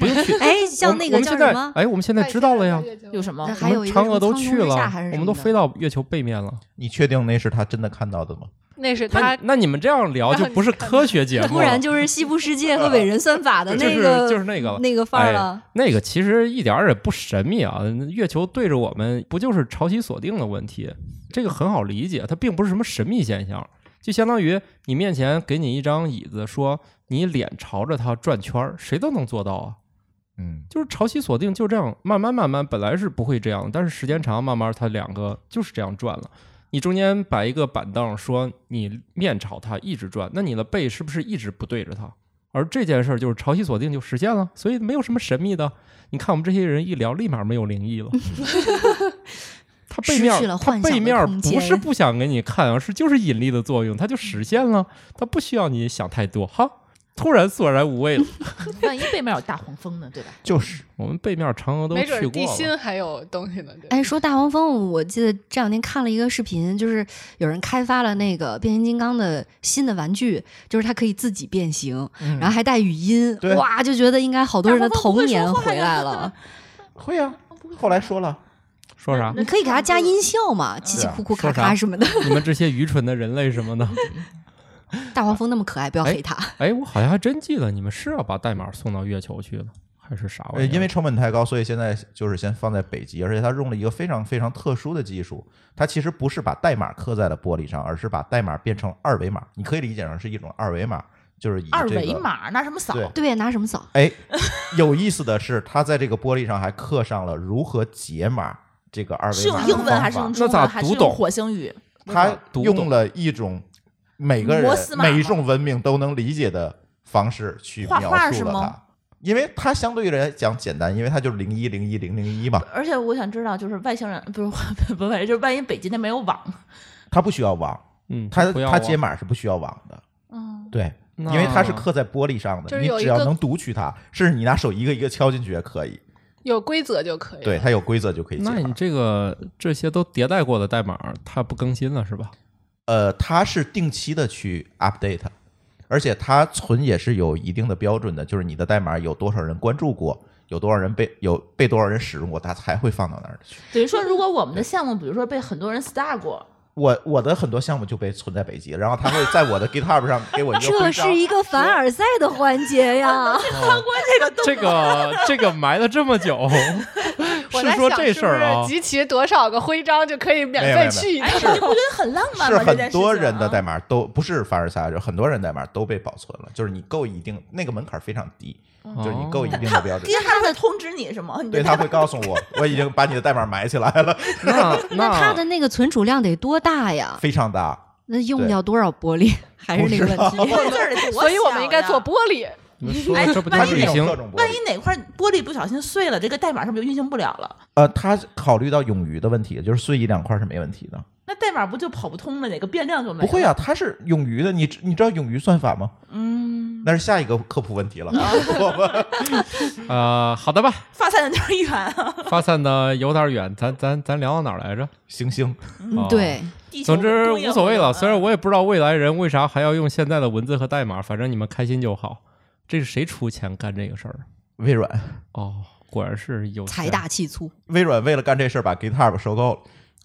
Speaker 1: 不用去
Speaker 2: 哎，像那个叫什么？
Speaker 1: 哎，我们现在知道了呀，
Speaker 6: 有什么？
Speaker 2: 还有一个
Speaker 1: 嫦娥都
Speaker 2: 什么
Speaker 1: 去
Speaker 2: 苍穹之
Speaker 1: 了
Speaker 2: 下还是，
Speaker 1: 我
Speaker 2: 什
Speaker 1: 们
Speaker 2: 么
Speaker 1: 都
Speaker 2: 的
Speaker 1: 飞到月球背面了。
Speaker 4: 你确定那是他真的看到的吗？
Speaker 3: 那是
Speaker 1: 那
Speaker 3: 他
Speaker 1: 那你们这样聊就不是科学 节目了，
Speaker 2: 突然就是西部世界和伟人算法 的那个，
Speaker 1: 就是就是那个了
Speaker 2: 那个范儿
Speaker 1: 哎
Speaker 2: 了。
Speaker 1: 那个其实一点儿也不神秘啊，月球对着我们，不就是潮汐锁定的问题？这个很好理解，它并不是什么神秘现象，就相当于你面前给你一张椅子，说你脸朝着它转圈儿，谁都能做到啊。
Speaker 4: 嗯，
Speaker 1: 就是潮汐锁定就这样，慢慢慢慢，本来是不会这样，但是时间长，慢慢它两个就是这样转了。你中间摆一个板凳，说你面朝它一直转，那你的背是不是一直不对着它？而这件事儿就是潮汐锁定就实现了，所以没有什么神秘的。你看我们这些人一聊，立马没有灵异 了。它背
Speaker 2: 失去
Speaker 1: 面，
Speaker 2: 了
Speaker 1: 它
Speaker 2: 幻想的
Speaker 1: 背面
Speaker 2: 空
Speaker 1: 不是
Speaker 2: 间
Speaker 1: 啊不想给你看，而是就是引力的作用，它就实现了，它不需要你想太多哈。突然索然无味了。
Speaker 6: 万一背面有大黄蜂呢，对吧？
Speaker 4: 就是
Speaker 1: 我们背面嫦娥都
Speaker 3: 没
Speaker 1: 去
Speaker 3: 准
Speaker 1: 过
Speaker 3: 地
Speaker 1: 了，
Speaker 3: 心还有东西呢。对吧
Speaker 2: 哎，说大黄蜂，我记得这两天看了一个视频，就是有人开发了那个变形金刚的新的玩具，就是它可以自己变形，
Speaker 1: 嗯
Speaker 2: 然后还带语音
Speaker 4: 对，
Speaker 2: 哇，就觉得应该好多人的童年回 来 了。
Speaker 4: 会啊。
Speaker 6: 哦
Speaker 4: 后来说了，
Speaker 1: 说 啥？
Speaker 2: 你可以给它加音效嘛，叽叽咕咕、
Speaker 1: 啊说啥
Speaker 2: 咔咔什么的。
Speaker 1: 你们这些愚蠢的人类什么 的？
Speaker 2: 大黄蜂那么可爱，不要
Speaker 1: 哎
Speaker 2: 黑它。
Speaker 1: 哎，我好像还真记得，你们是要把代码送到月球去了，还是啥玩意
Speaker 4: 呃，
Speaker 1: 儿？
Speaker 4: 因为成本太高，所以现在就是先放在北极，而且它用了一个非常非常特殊的技术，它其实不是把代码刻在了玻璃上，而是把代码变成二维码，你可以理解成是一种二维码，就是以、这个、
Speaker 6: 二维。码拿什么扫？
Speaker 4: 对
Speaker 2: 对，拿什么 扫？
Speaker 4: 哎，有意思的是，它在这个玻璃上还刻上了如何解码这个二维码
Speaker 6: 是用
Speaker 4: 的
Speaker 6: 英文
Speaker 4: 方
Speaker 6: 还是
Speaker 4: 法
Speaker 6: 用
Speaker 1: 那
Speaker 6: 中
Speaker 1: 咋
Speaker 6: 文还
Speaker 1: 读
Speaker 6: 是用
Speaker 1: 懂
Speaker 6: 火星语？
Speaker 4: 他
Speaker 1: 读懂
Speaker 4: 用了一种每个人
Speaker 6: 摩斯码
Speaker 4: 每一种文明都能理解的方式去
Speaker 6: 画画
Speaker 4: 描
Speaker 6: 是
Speaker 4: 述了
Speaker 6: 吗
Speaker 4: 它，因为它相对于来讲简单，因为它就是零一零一零零一嘛，
Speaker 6: 而且我想知道，就是外星人 不是不是，就是万一北极那没有网，
Speaker 4: 它不需要网，
Speaker 1: 嗯，
Speaker 4: 它
Speaker 1: 不要
Speaker 4: 它
Speaker 1: 啊
Speaker 4: 解，码是不需要网的，
Speaker 6: 嗯，
Speaker 4: 对，
Speaker 1: 因
Speaker 4: 因为它是刻在玻璃上
Speaker 3: 就
Speaker 4: 的，
Speaker 3: 是
Speaker 4: 你
Speaker 3: 有一
Speaker 4: 只要
Speaker 3: 个
Speaker 4: 能读取它，甚至你拿手一个一个敲进去也可以，
Speaker 3: 有规则就可以了。
Speaker 4: 对，它有规则就可以解
Speaker 1: 那你
Speaker 4: 码。
Speaker 1: 这个这些都迭代过的代码，它不更新了是吧？
Speaker 4: 呃，它是定期的去 update，而且它存也是有一定的标准的，就是你的代码有多少人关注过，有多少人被有被多少人使用过，它才会放到那儿去。
Speaker 6: 等于说如果我们的项目，比如说被很多人 star 过，
Speaker 4: 我我的很多项目就被存在北极，然后它会在我的 GitHub 上给我一个徽章
Speaker 2: 这是一个凡尔赛的环节呀！
Speaker 1: 哦这 个这个埋了这么 久，
Speaker 3: 我
Speaker 1: 是
Speaker 3: 在
Speaker 1: 说
Speaker 3: 想
Speaker 1: 这
Speaker 3: 是
Speaker 1: 事
Speaker 3: 不
Speaker 1: 儿啊
Speaker 3: 是？集齐多少个徽章就可以免
Speaker 4: 没有
Speaker 3: 费
Speaker 4: 没有
Speaker 3: 去一趟
Speaker 6: 哎，？你不觉得很浪漫
Speaker 4: 是
Speaker 6: 吗？这
Speaker 4: 很
Speaker 6: 件事情
Speaker 4: 多人的
Speaker 6: 啊
Speaker 4: 代码都不是凡尔赛，就很多人代码都被保存了，就是你够一定那个门槛非常低，
Speaker 1: 哦
Speaker 4: 就是你够一定的标准
Speaker 6: 因，为他会通知你什么？你的
Speaker 4: 对，他会告诉我我已经把你的代码埋起来 了，
Speaker 1: 那
Speaker 2: 那它
Speaker 1: 那
Speaker 2: 的那个存储量得多大呀？
Speaker 4: 非常大，
Speaker 2: 那用
Speaker 4: 对
Speaker 2: 掉多少玻璃？还是那个问题。
Speaker 6: 你这字儿得多小呀
Speaker 3: 所以我们应该做玻璃。
Speaker 1: 你们说
Speaker 6: 哎
Speaker 1: 的这不就
Speaker 4: 它
Speaker 6: 万
Speaker 4: 是
Speaker 6: 一
Speaker 1: 旅
Speaker 4: 有
Speaker 1: 行
Speaker 4: 各种玻
Speaker 6: 万
Speaker 4: 璃
Speaker 6: 一哪块玻璃不小心碎了，这个代码是不是就运行不了了？
Speaker 4: 呃，他考虑到冗余的问题，就是碎一两块是没问题的，
Speaker 6: 那代码不就跑不通了？哪个变量就没
Speaker 4: 不
Speaker 6: 了？
Speaker 4: 会啊，它是冗余的，你知你知道冗余算法吗？
Speaker 6: 嗯，哦
Speaker 4: 那是下一个科普问题了，
Speaker 1: 呃，好的吧，
Speaker 6: 发散的就是一 元啊。
Speaker 1: 发散的有点远，咱咱咱聊到哪儿来着？
Speaker 4: 行星
Speaker 1: 哦
Speaker 2: 嗯，对，
Speaker 6: 地球
Speaker 1: 总之
Speaker 6: 工业
Speaker 1: 无所谓
Speaker 6: 化
Speaker 1: 了，
Speaker 6: 的嗯
Speaker 1: 虽然我也不知道未来人为啥还要用现在的文字和代码，反正你们开心就好。这是谁出钱干这个事儿？
Speaker 4: 微软。
Speaker 1: 哦，果然是有钱哦
Speaker 2: 财大气粗。
Speaker 4: 微软为了干这事儿把 GitHub 收购了，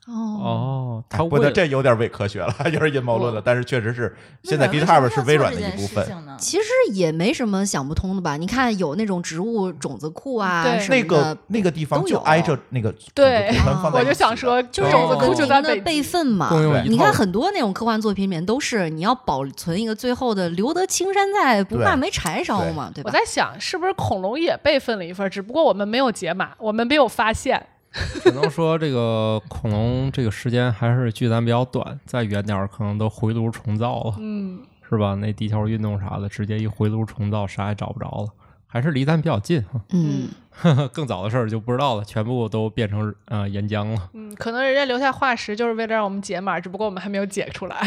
Speaker 2: 哦，
Speaker 1: 哦，
Speaker 4: 哎
Speaker 1: 他
Speaker 4: 不
Speaker 1: 为
Speaker 4: 过
Speaker 1: 了
Speaker 4: 这有点伪科学了， 有点阴谋论了。但是确实是，现在 GitHub 是微软的一部分。。
Speaker 2: 其实也没什么想不通的吧？你看有那种植物种子库啊
Speaker 3: 对
Speaker 2: 什
Speaker 4: 那
Speaker 2: 么
Speaker 4: 个
Speaker 2: 的，
Speaker 4: 那个地方
Speaker 2: 都
Speaker 4: 就
Speaker 2: 有
Speaker 4: 挨着那个
Speaker 3: 啊对啊
Speaker 4: 骨盆放在
Speaker 3: 我
Speaker 4: 一起
Speaker 3: 就
Speaker 4: 的
Speaker 3: 想说，
Speaker 2: 就是
Speaker 3: 种子
Speaker 1: 哦
Speaker 3: 库
Speaker 2: 文
Speaker 3: 就在
Speaker 2: 明
Speaker 3: 北
Speaker 2: 的备
Speaker 3: 极。
Speaker 2: 份嘛
Speaker 1: 共。用一
Speaker 4: 对
Speaker 2: 你
Speaker 1: 套
Speaker 2: 看很多那种科幻作品里面都是，你要保存一个最后的留得青山在，不怕
Speaker 4: 对
Speaker 2: 没柴烧嘛，对
Speaker 3: 我
Speaker 2: 吧？嗯
Speaker 3: 在想，是不是恐龙也备份了一份，只不过我们没有解码，我们没有发现。
Speaker 1: 只能说这个恐龙这个时间还是距咱比较短，再远点儿可能都回炉重造了，
Speaker 3: 嗯，
Speaker 1: 是吧？那地球运动啥的，直接一回炉重造，啥也找不着了。还是离咱比较近哈，
Speaker 2: 嗯，
Speaker 1: 更早的事儿就不知道了，全部都变成呃岩浆了，
Speaker 3: 嗯，可能人家留下化石就是为了让我们解码，只不过我们还没有解出来。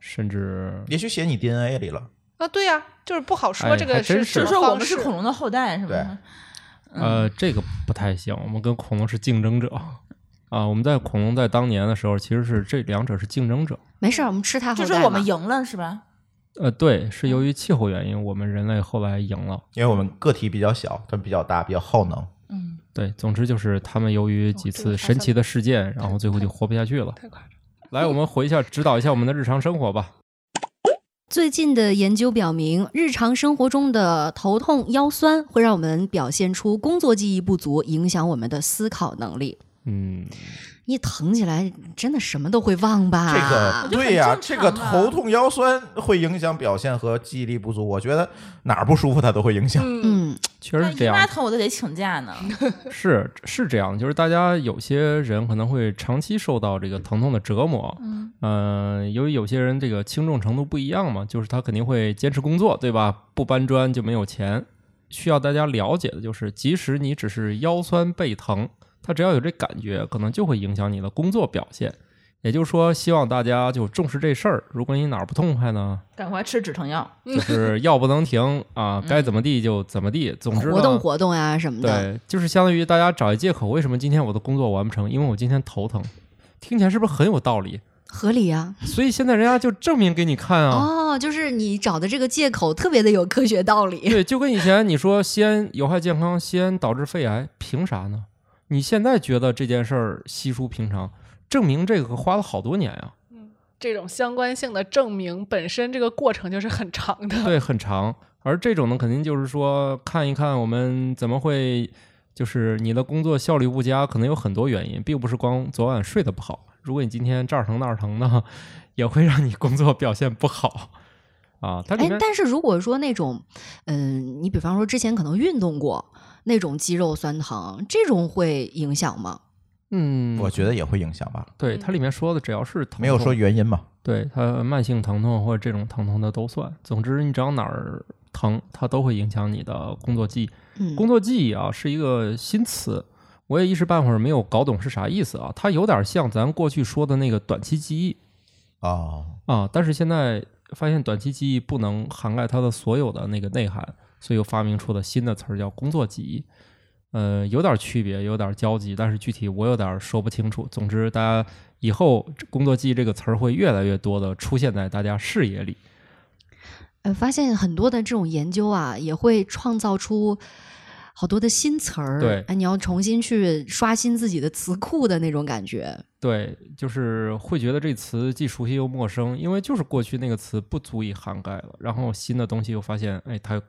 Speaker 1: 甚至
Speaker 4: 也许写你 DNA 里了。
Speaker 3: 啊，对呀、就是不好
Speaker 1: 哎
Speaker 3: 说这
Speaker 1: 还
Speaker 3: 个
Speaker 1: 真
Speaker 3: 是
Speaker 1: 是
Speaker 3: 什
Speaker 6: 就
Speaker 3: 么
Speaker 6: 是说我
Speaker 3: 方
Speaker 6: 们
Speaker 3: 式
Speaker 6: 是。恐龙的后代，是吧？嗯
Speaker 1: 呃，这个不太行，我们跟恐龙是竞争者啊。我们在恐龙在当年的时候，其实是这两者是竞争者。
Speaker 2: 没事儿，我们吃它后
Speaker 6: 就
Speaker 2: 代
Speaker 6: 是
Speaker 2: 嘛。
Speaker 6: 我们赢了，是吧？
Speaker 1: 呃，对，是由于气候原因，我们人类后来赢了。
Speaker 4: 因为我们个体比较小，它们比较大，比较耗能。
Speaker 6: 嗯，
Speaker 1: 对，总之就是他们由于几
Speaker 3: 哦这
Speaker 1: 次
Speaker 3: 个
Speaker 1: 神奇的事件，然后最后就活不下去了。
Speaker 3: 太夸张了。
Speaker 1: 来，我们回一下，指导一下我们的日常生活吧。
Speaker 2: 最近的研究表明，日常生活中的头痛、腰酸会让我们表现出工作记忆不足，影响我们的思考能力。
Speaker 1: 嗯，
Speaker 2: 一疼起来，真的什么都会忘吧？
Speaker 4: 这个
Speaker 6: 啊觉得
Speaker 4: 对呀、
Speaker 6: 很
Speaker 4: 这
Speaker 6: 正常啊
Speaker 4: 个
Speaker 6: 吧
Speaker 4: 头痛腰酸会影响表现和记忆力不足。我觉得哪儿不舒服它都会影响。
Speaker 3: 嗯，
Speaker 2: 嗯，
Speaker 1: 确实是这
Speaker 6: 姨妈
Speaker 1: 样，
Speaker 6: 疼我都得请假呢。
Speaker 1: 是是这样，就是大家有些人可能会长期受到这个疼痛的折磨，
Speaker 6: 嗯，
Speaker 1: 嗯，由于有些人这个轻重程度不一样嘛，就是他肯定会坚持工作，对吧？不搬砖就没有钱。需要大家了解的就是，即使你只是腰酸背疼，他只要有这感觉，可能就会影响你的工作表现，也就是说，希望大家就重视这事儿。如果你哪儿不痛快 呢，
Speaker 6: 赶快吃止疼 药。
Speaker 1: 就是药不能停啊，该怎么地就怎么地。总之呢，
Speaker 2: 嗯活动活动呀、什么的，
Speaker 1: 对，就是相当于大家找一借口，为什么今天我的工作完不成？因为我今天头疼。听起来是不是很有道理？
Speaker 2: 合理呀、
Speaker 1: 所以现在人家就证明给你看啊。
Speaker 2: 哦，就是你找的这个借口特别的有科学道理。
Speaker 1: 对，就跟以前你说吸烟有害健康，吸烟导致肺癌，凭啥呢？你现在觉得这件事儿稀疏平常，证明这个可花了好多年啊 呀、
Speaker 3: 这种相关性的证明本身这个过程就是很长的。
Speaker 1: 对，很长。而这种呢，肯定就是说看一看我们怎么会，就是你的工作效率不佳，可能有很多原因，并不是光昨晚睡得不好。如果你今天这儿疼那儿疼呢，也会让你工作表现不好啊。它里
Speaker 2: 哎
Speaker 1: 面，
Speaker 2: 但是如果说那种，嗯、你比方说之前可能运动过那种肌肉酸疼，这种会影响吗？
Speaker 1: 嗯，
Speaker 4: 我觉得也会影响吧。
Speaker 1: 对它里面说的，只要是疼
Speaker 4: 没有
Speaker 1: 痛
Speaker 4: 说原因嘛，
Speaker 1: 对它慢性疼痛或者这种疼痛的都算。总之，你只要哪儿疼，它都会影响你的工作记忆。
Speaker 2: 嗯，
Speaker 1: 工作记忆啊是一个新词，我也一时半会儿没有搞懂是啥意思啊。它有点像咱过去说的那个短期记忆
Speaker 4: 哦，
Speaker 1: 啊，但是现在发现短期记忆不能涵盖它的所有的那个内涵，所以又发明出了新的词儿叫工作记忆。呃，有点区别，有点交集，但是具体我有点说不清楚。总之，大家以后这工作记忆这个词儿会越来越多的出现在大家视野里。
Speaker 2: 呃，发现很多的这种研究啊，也会创造出好多的新词儿。
Speaker 1: 对
Speaker 2: 哎，你要重新去刷新自己的词库的那种感觉。
Speaker 1: 对，就是会觉得这词既熟悉又陌生，因为就是过去那个词不足以涵盖了。然后新的东西又发现，哎，它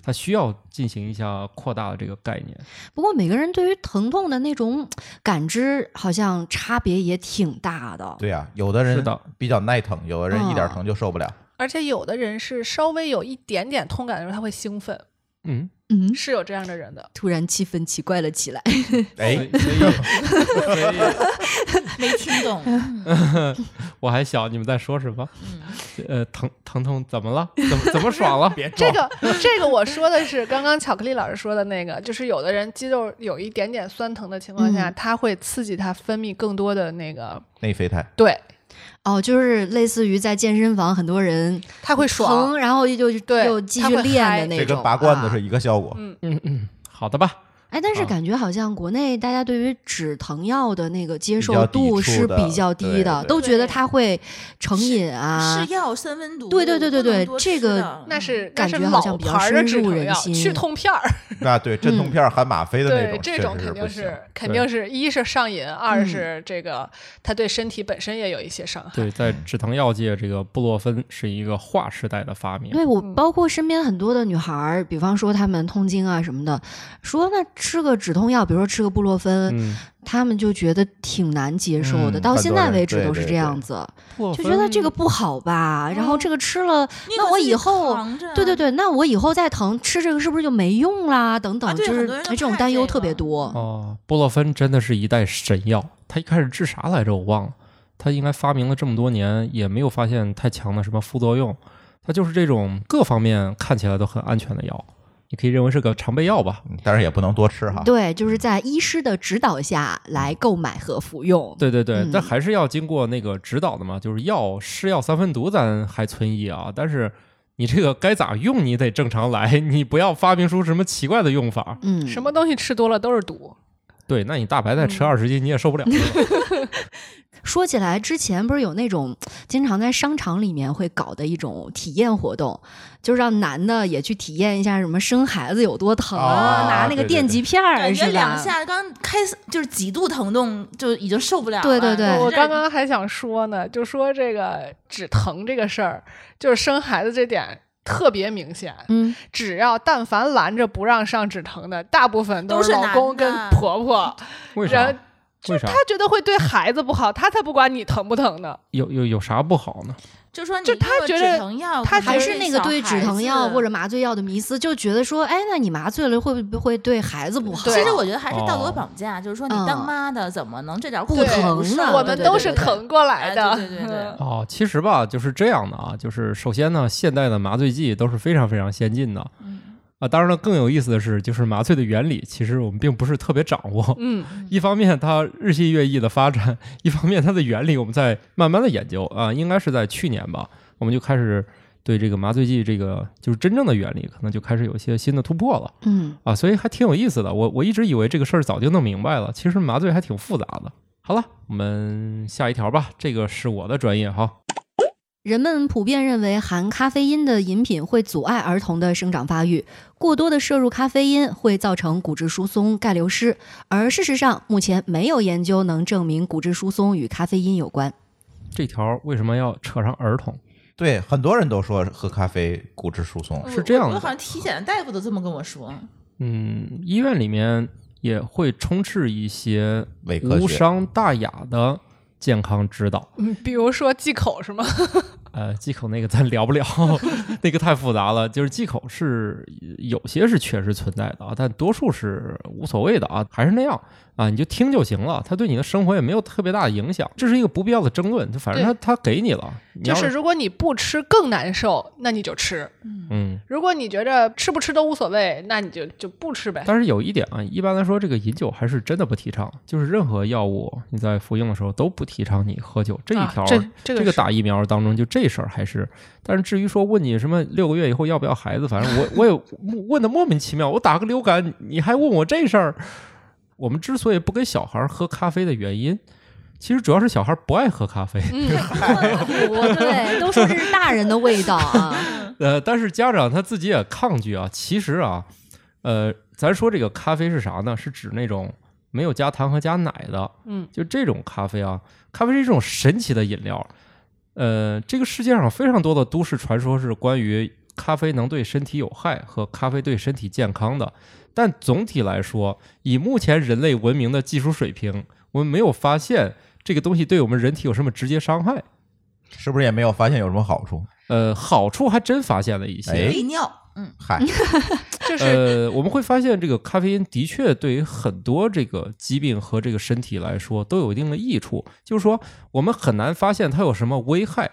Speaker 1: 它需要进行一下扩大的这个概念。
Speaker 2: 不过每个人对于疼痛的那种感知，好像差别也挺大的。
Speaker 4: 对呀、有的
Speaker 1: 是
Speaker 4: 人
Speaker 1: 的
Speaker 4: 比较耐疼，有的人一点疼就受不了。
Speaker 3: 而且有的人是稍微有一点点痛感的时候，他会兴奋，
Speaker 1: 嗯，
Speaker 2: 嗯，
Speaker 3: 是有这样的人的。
Speaker 2: 突然气氛奇怪了起来。
Speaker 1: 所
Speaker 4: 哎
Speaker 1: 以，所以所以
Speaker 6: 没听懂，
Speaker 1: 我还想你们在说什么？
Speaker 2: 嗯
Speaker 1: 呃，疼疼痛怎么了？怎么怎么爽了？别
Speaker 3: 这个
Speaker 2: 哦
Speaker 3: 这个我说的是刚刚巧克力老师说的那个，就是有的人肌肉有一点点酸疼的情况下，
Speaker 2: 嗯
Speaker 3: 它会刺激它分泌更多的那个，
Speaker 4: 内啡肽，
Speaker 3: 对，
Speaker 2: 哦，就是类似于在健身房，很多人
Speaker 3: 它会爽。
Speaker 2: 疼，然后就就
Speaker 3: 对
Speaker 2: 又继
Speaker 3: 他
Speaker 2: 续
Speaker 3: 会
Speaker 2: 练的
Speaker 3: 嗨
Speaker 2: 那
Speaker 4: 这
Speaker 2: 种。
Speaker 4: 跟拔罐子
Speaker 2: 啊
Speaker 4: 是一个效果。
Speaker 3: 嗯
Speaker 1: 嗯嗯，好的吧。
Speaker 2: 哎，但是
Speaker 1: 啊
Speaker 2: 感觉好像国内大家对于止疼药的那个接
Speaker 4: 比
Speaker 2: 受
Speaker 4: 较抵
Speaker 2: 度
Speaker 4: 触
Speaker 2: 是
Speaker 4: 的
Speaker 2: 比较低
Speaker 4: 对
Speaker 2: 的，
Speaker 4: 对
Speaker 2: 都觉得
Speaker 6: 对
Speaker 2: 它会成瘾啊
Speaker 6: 是。药三分毒。
Speaker 2: 对对对对
Speaker 6: 不能
Speaker 2: 对
Speaker 6: 多
Speaker 2: 这
Speaker 6: 吃
Speaker 2: 个
Speaker 6: 的
Speaker 3: 那是
Speaker 2: 感
Speaker 3: 那
Speaker 2: 觉
Speaker 3: 是
Speaker 2: 好像
Speaker 3: 老
Speaker 2: 比较
Speaker 3: 牌儿的
Speaker 2: 深
Speaker 3: 止
Speaker 2: 入
Speaker 3: 疼
Speaker 2: 人
Speaker 3: 药，
Speaker 2: 心
Speaker 3: 去痛片儿，
Speaker 4: 那对镇痛片儿含吗啡的那
Speaker 3: 对
Speaker 4: 种，，
Speaker 3: 这
Speaker 4: 确
Speaker 3: 种
Speaker 4: 实
Speaker 3: 肯定
Speaker 4: 不行。
Speaker 3: 是肯定是一是上瘾，
Speaker 2: 嗯
Speaker 3: 二是这个它对身体本身也有一些伤害。
Speaker 1: 对，在止疼药界，这个布洛芬是一个划时代的发明。
Speaker 2: 对我
Speaker 3: 嗯
Speaker 2: 包括身边很多的女孩儿，比方说她们痛经啊什么的，说那吃个止痛药，比如说吃个布洛芬，
Speaker 1: 嗯，
Speaker 2: 她们就觉得挺难接受的，
Speaker 1: 嗯
Speaker 2: 到
Speaker 4: 很
Speaker 2: 现
Speaker 4: 多
Speaker 2: 在
Speaker 4: 人
Speaker 2: 为止
Speaker 4: 对
Speaker 2: 都
Speaker 4: 对
Speaker 2: 是这
Speaker 4: 对
Speaker 2: 样子，
Speaker 1: 布洛
Speaker 2: 就
Speaker 1: 芬
Speaker 2: 觉得这个不好吧，然
Speaker 6: 哦
Speaker 2: 后这个吃了，那我以后。对对对，
Speaker 6: 对。
Speaker 2: 那我以后再疼吃这个是不是就没用啦？等等，
Speaker 6: 嗯啊对
Speaker 2: 就
Speaker 6: 很
Speaker 2: 是
Speaker 6: 多人都
Speaker 2: 哎这种
Speaker 6: 看
Speaker 2: 担忧
Speaker 6: 这
Speaker 2: 特别
Speaker 6: 个
Speaker 2: 多。
Speaker 1: 哦，布洛芬真的是一代神药。他一开始治啥来着？我忘了。他应该发明了这么多年，也没有发现太强的什么副作用。它就是这种各方面看起来都很安全的药，你可以认为是个常备药吧。
Speaker 4: 嗯但是也不能多吃哈。
Speaker 2: 对，就是在医师的指导下来购买和服用。
Speaker 1: 对对对，
Speaker 2: 嗯
Speaker 1: 但还是要经过那个指导的嘛。就是药是药三分毒，咱还存疑啊。但是你这个该咋用，你得正常来，你不要发明出什么奇怪的用法。
Speaker 2: 嗯，
Speaker 3: 什么东西吃多了都是毒，
Speaker 1: 对，那你大白菜吃
Speaker 3: 嗯
Speaker 1: 二十斤你也受不 了。
Speaker 2: 说起来，之前不是有那种经常在商场里面会搞的一种体验活动，就是让男的也去体验一下什么生孩子有多疼
Speaker 4: 啊
Speaker 2: 拿那个
Speaker 4: 对对
Speaker 2: 电
Speaker 4: 对
Speaker 2: 极片儿，
Speaker 6: 感觉
Speaker 2: 是
Speaker 6: 两
Speaker 2: 吧？
Speaker 6: 下刚开始就是几度疼痛就已经受不了了。
Speaker 2: 对对对
Speaker 6: 就
Speaker 3: 我
Speaker 6: 是
Speaker 3: 刚刚还想说呢，就说这个止疼这个事儿，就是生孩子这点特别明显。
Speaker 2: 嗯，
Speaker 3: 只要但凡拦着不让上止疼的，大部分
Speaker 6: 都
Speaker 3: 是
Speaker 6: 是
Speaker 3: 老公
Speaker 6: 男的嗯
Speaker 3: 跟婆婆。
Speaker 1: 为啥
Speaker 3: 然？
Speaker 1: 为啥
Speaker 3: 他？觉得会对孩子不好，他才不管你疼不疼呢。
Speaker 1: 有有有啥不好呢？
Speaker 6: 就说你
Speaker 3: 就他
Speaker 6: 用了
Speaker 3: 觉得
Speaker 6: 止疼药，
Speaker 3: 他
Speaker 6: 可能
Speaker 2: 还
Speaker 3: 觉
Speaker 2: 是
Speaker 3: 得
Speaker 2: 那个
Speaker 6: 小
Speaker 2: 对止
Speaker 6: 孩
Speaker 2: 疼药
Speaker 6: 子
Speaker 2: 或者麻醉药的迷思，就觉得说，哎，那你麻醉了会不会对孩子不好？
Speaker 3: 对
Speaker 6: 其实我觉得还是道德
Speaker 1: 哦
Speaker 6: 绑架，就是说你
Speaker 2: 嗯
Speaker 6: 当妈的怎么能这点
Speaker 2: 不
Speaker 6: 苦
Speaker 2: 疼
Speaker 6: 都
Speaker 2: 呢
Speaker 6: 受
Speaker 2: 啊
Speaker 3: 我
Speaker 2: 对
Speaker 3: 们
Speaker 2: 对
Speaker 3: 都
Speaker 2: 对
Speaker 3: 是
Speaker 2: 对对
Speaker 3: 疼过来的。
Speaker 6: 啊对对对对
Speaker 3: 嗯
Speaker 1: 哦，其实吧，就是这样的啊，就是首先呢，现代的麻醉剂都是非常非常先进的，
Speaker 6: 嗯
Speaker 1: 啊，当然了，更有意思的是，就是麻醉的原理，其实我们并不是特别掌握。
Speaker 3: 嗯，
Speaker 1: 一方面它日新月异的发展， 一方面它的原理我们在慢慢的研究啊，应该是在去年吧，我们就开始对这个麻醉剂这个就是真正的原理，可能就开始有一些新的突破了
Speaker 2: 嗯，
Speaker 1: 啊，所以还挺有意思的。我我一直以为这个事儿早就弄明白了，其实麻醉还挺复杂的。好了，我们下一条吧，这个是我的专业哈。
Speaker 2: 人们普遍认为含咖啡因的饮品会阻碍儿童的生长发育，过多的摄入咖啡因会造成骨质疏松、钙流失，而事实上，目前没有研究能证明骨质疏松与咖啡因有关。
Speaker 1: 这条为什么要扯上儿童？
Speaker 4: 对，很多人都说喝咖啡骨质疏松，
Speaker 3: 嗯
Speaker 1: 是这样
Speaker 6: 我
Speaker 1: 的
Speaker 6: 好像体检的大夫都这么跟我说。
Speaker 1: 嗯，医院里面也会充斥一些
Speaker 4: 伪科
Speaker 1: 无
Speaker 4: 学
Speaker 1: 伤大雅的健康指导。
Speaker 3: 嗯比如说忌口是吗？
Speaker 1: 呃，忌口那个咱聊不了， 那个太复杂了。就是忌口是有些是确实存在的啊，但多数是无所谓的啊，还是那样啊，你就听就行了，它对你的生活也没有特别大的影响。这是一个不必要的争论，就反正它它给你了，你
Speaker 3: 就
Speaker 1: 要
Speaker 3: 是如果你不吃更难受，那你就吃；
Speaker 1: 嗯。
Speaker 3: 如果你觉着吃不吃都无所谓，那你就就不吃呗。
Speaker 1: 但是有一点啊，一般来说，这个饮酒还是真的不提倡，就是任何药物你在服用的时候都不提倡你喝酒。这一
Speaker 3: 啊
Speaker 1: 条儿、
Speaker 3: 这这个
Speaker 1: 个
Speaker 3: 是
Speaker 1: 打疫苗当中，就这事儿还是。但是至于说问你什么六个月以后要不要孩子，反 正我我也问的莫名其妙。我打个流感，你还问我这事儿？我们之所以不给小孩儿喝咖啡的原因，其实主要是小孩儿不爱喝咖啡。哎
Speaker 2: 哦对，都说这是大人的味 道啊。
Speaker 1: 呃，但是家长他自己也抗拒啊。其实啊，呃，咱说这个咖啡是啥呢？是指那种没有加糖和加奶的，
Speaker 3: 嗯，
Speaker 1: 就这种咖啡啊。咖啡是一种神奇的饮料，呃，这个世界上非常多的都市传说是关于咖啡能对身体有害和咖啡对身体健康的。但总体来说，以目前人类文明的技术水平，我们没有发现这个东西对我们人体有什么直接伤害。
Speaker 4: 是不是也没有发现有什么好处？
Speaker 1: 呃，好处还真发现了一些，
Speaker 4: 哎
Speaker 6: 利尿，嗯，
Speaker 4: 嗨，
Speaker 3: 就是
Speaker 1: 呃，我们会发现这个咖啡因的确对于很多这个疾病和这个身体来说都有一定的益处，就是说我们很难发现它有什么危害。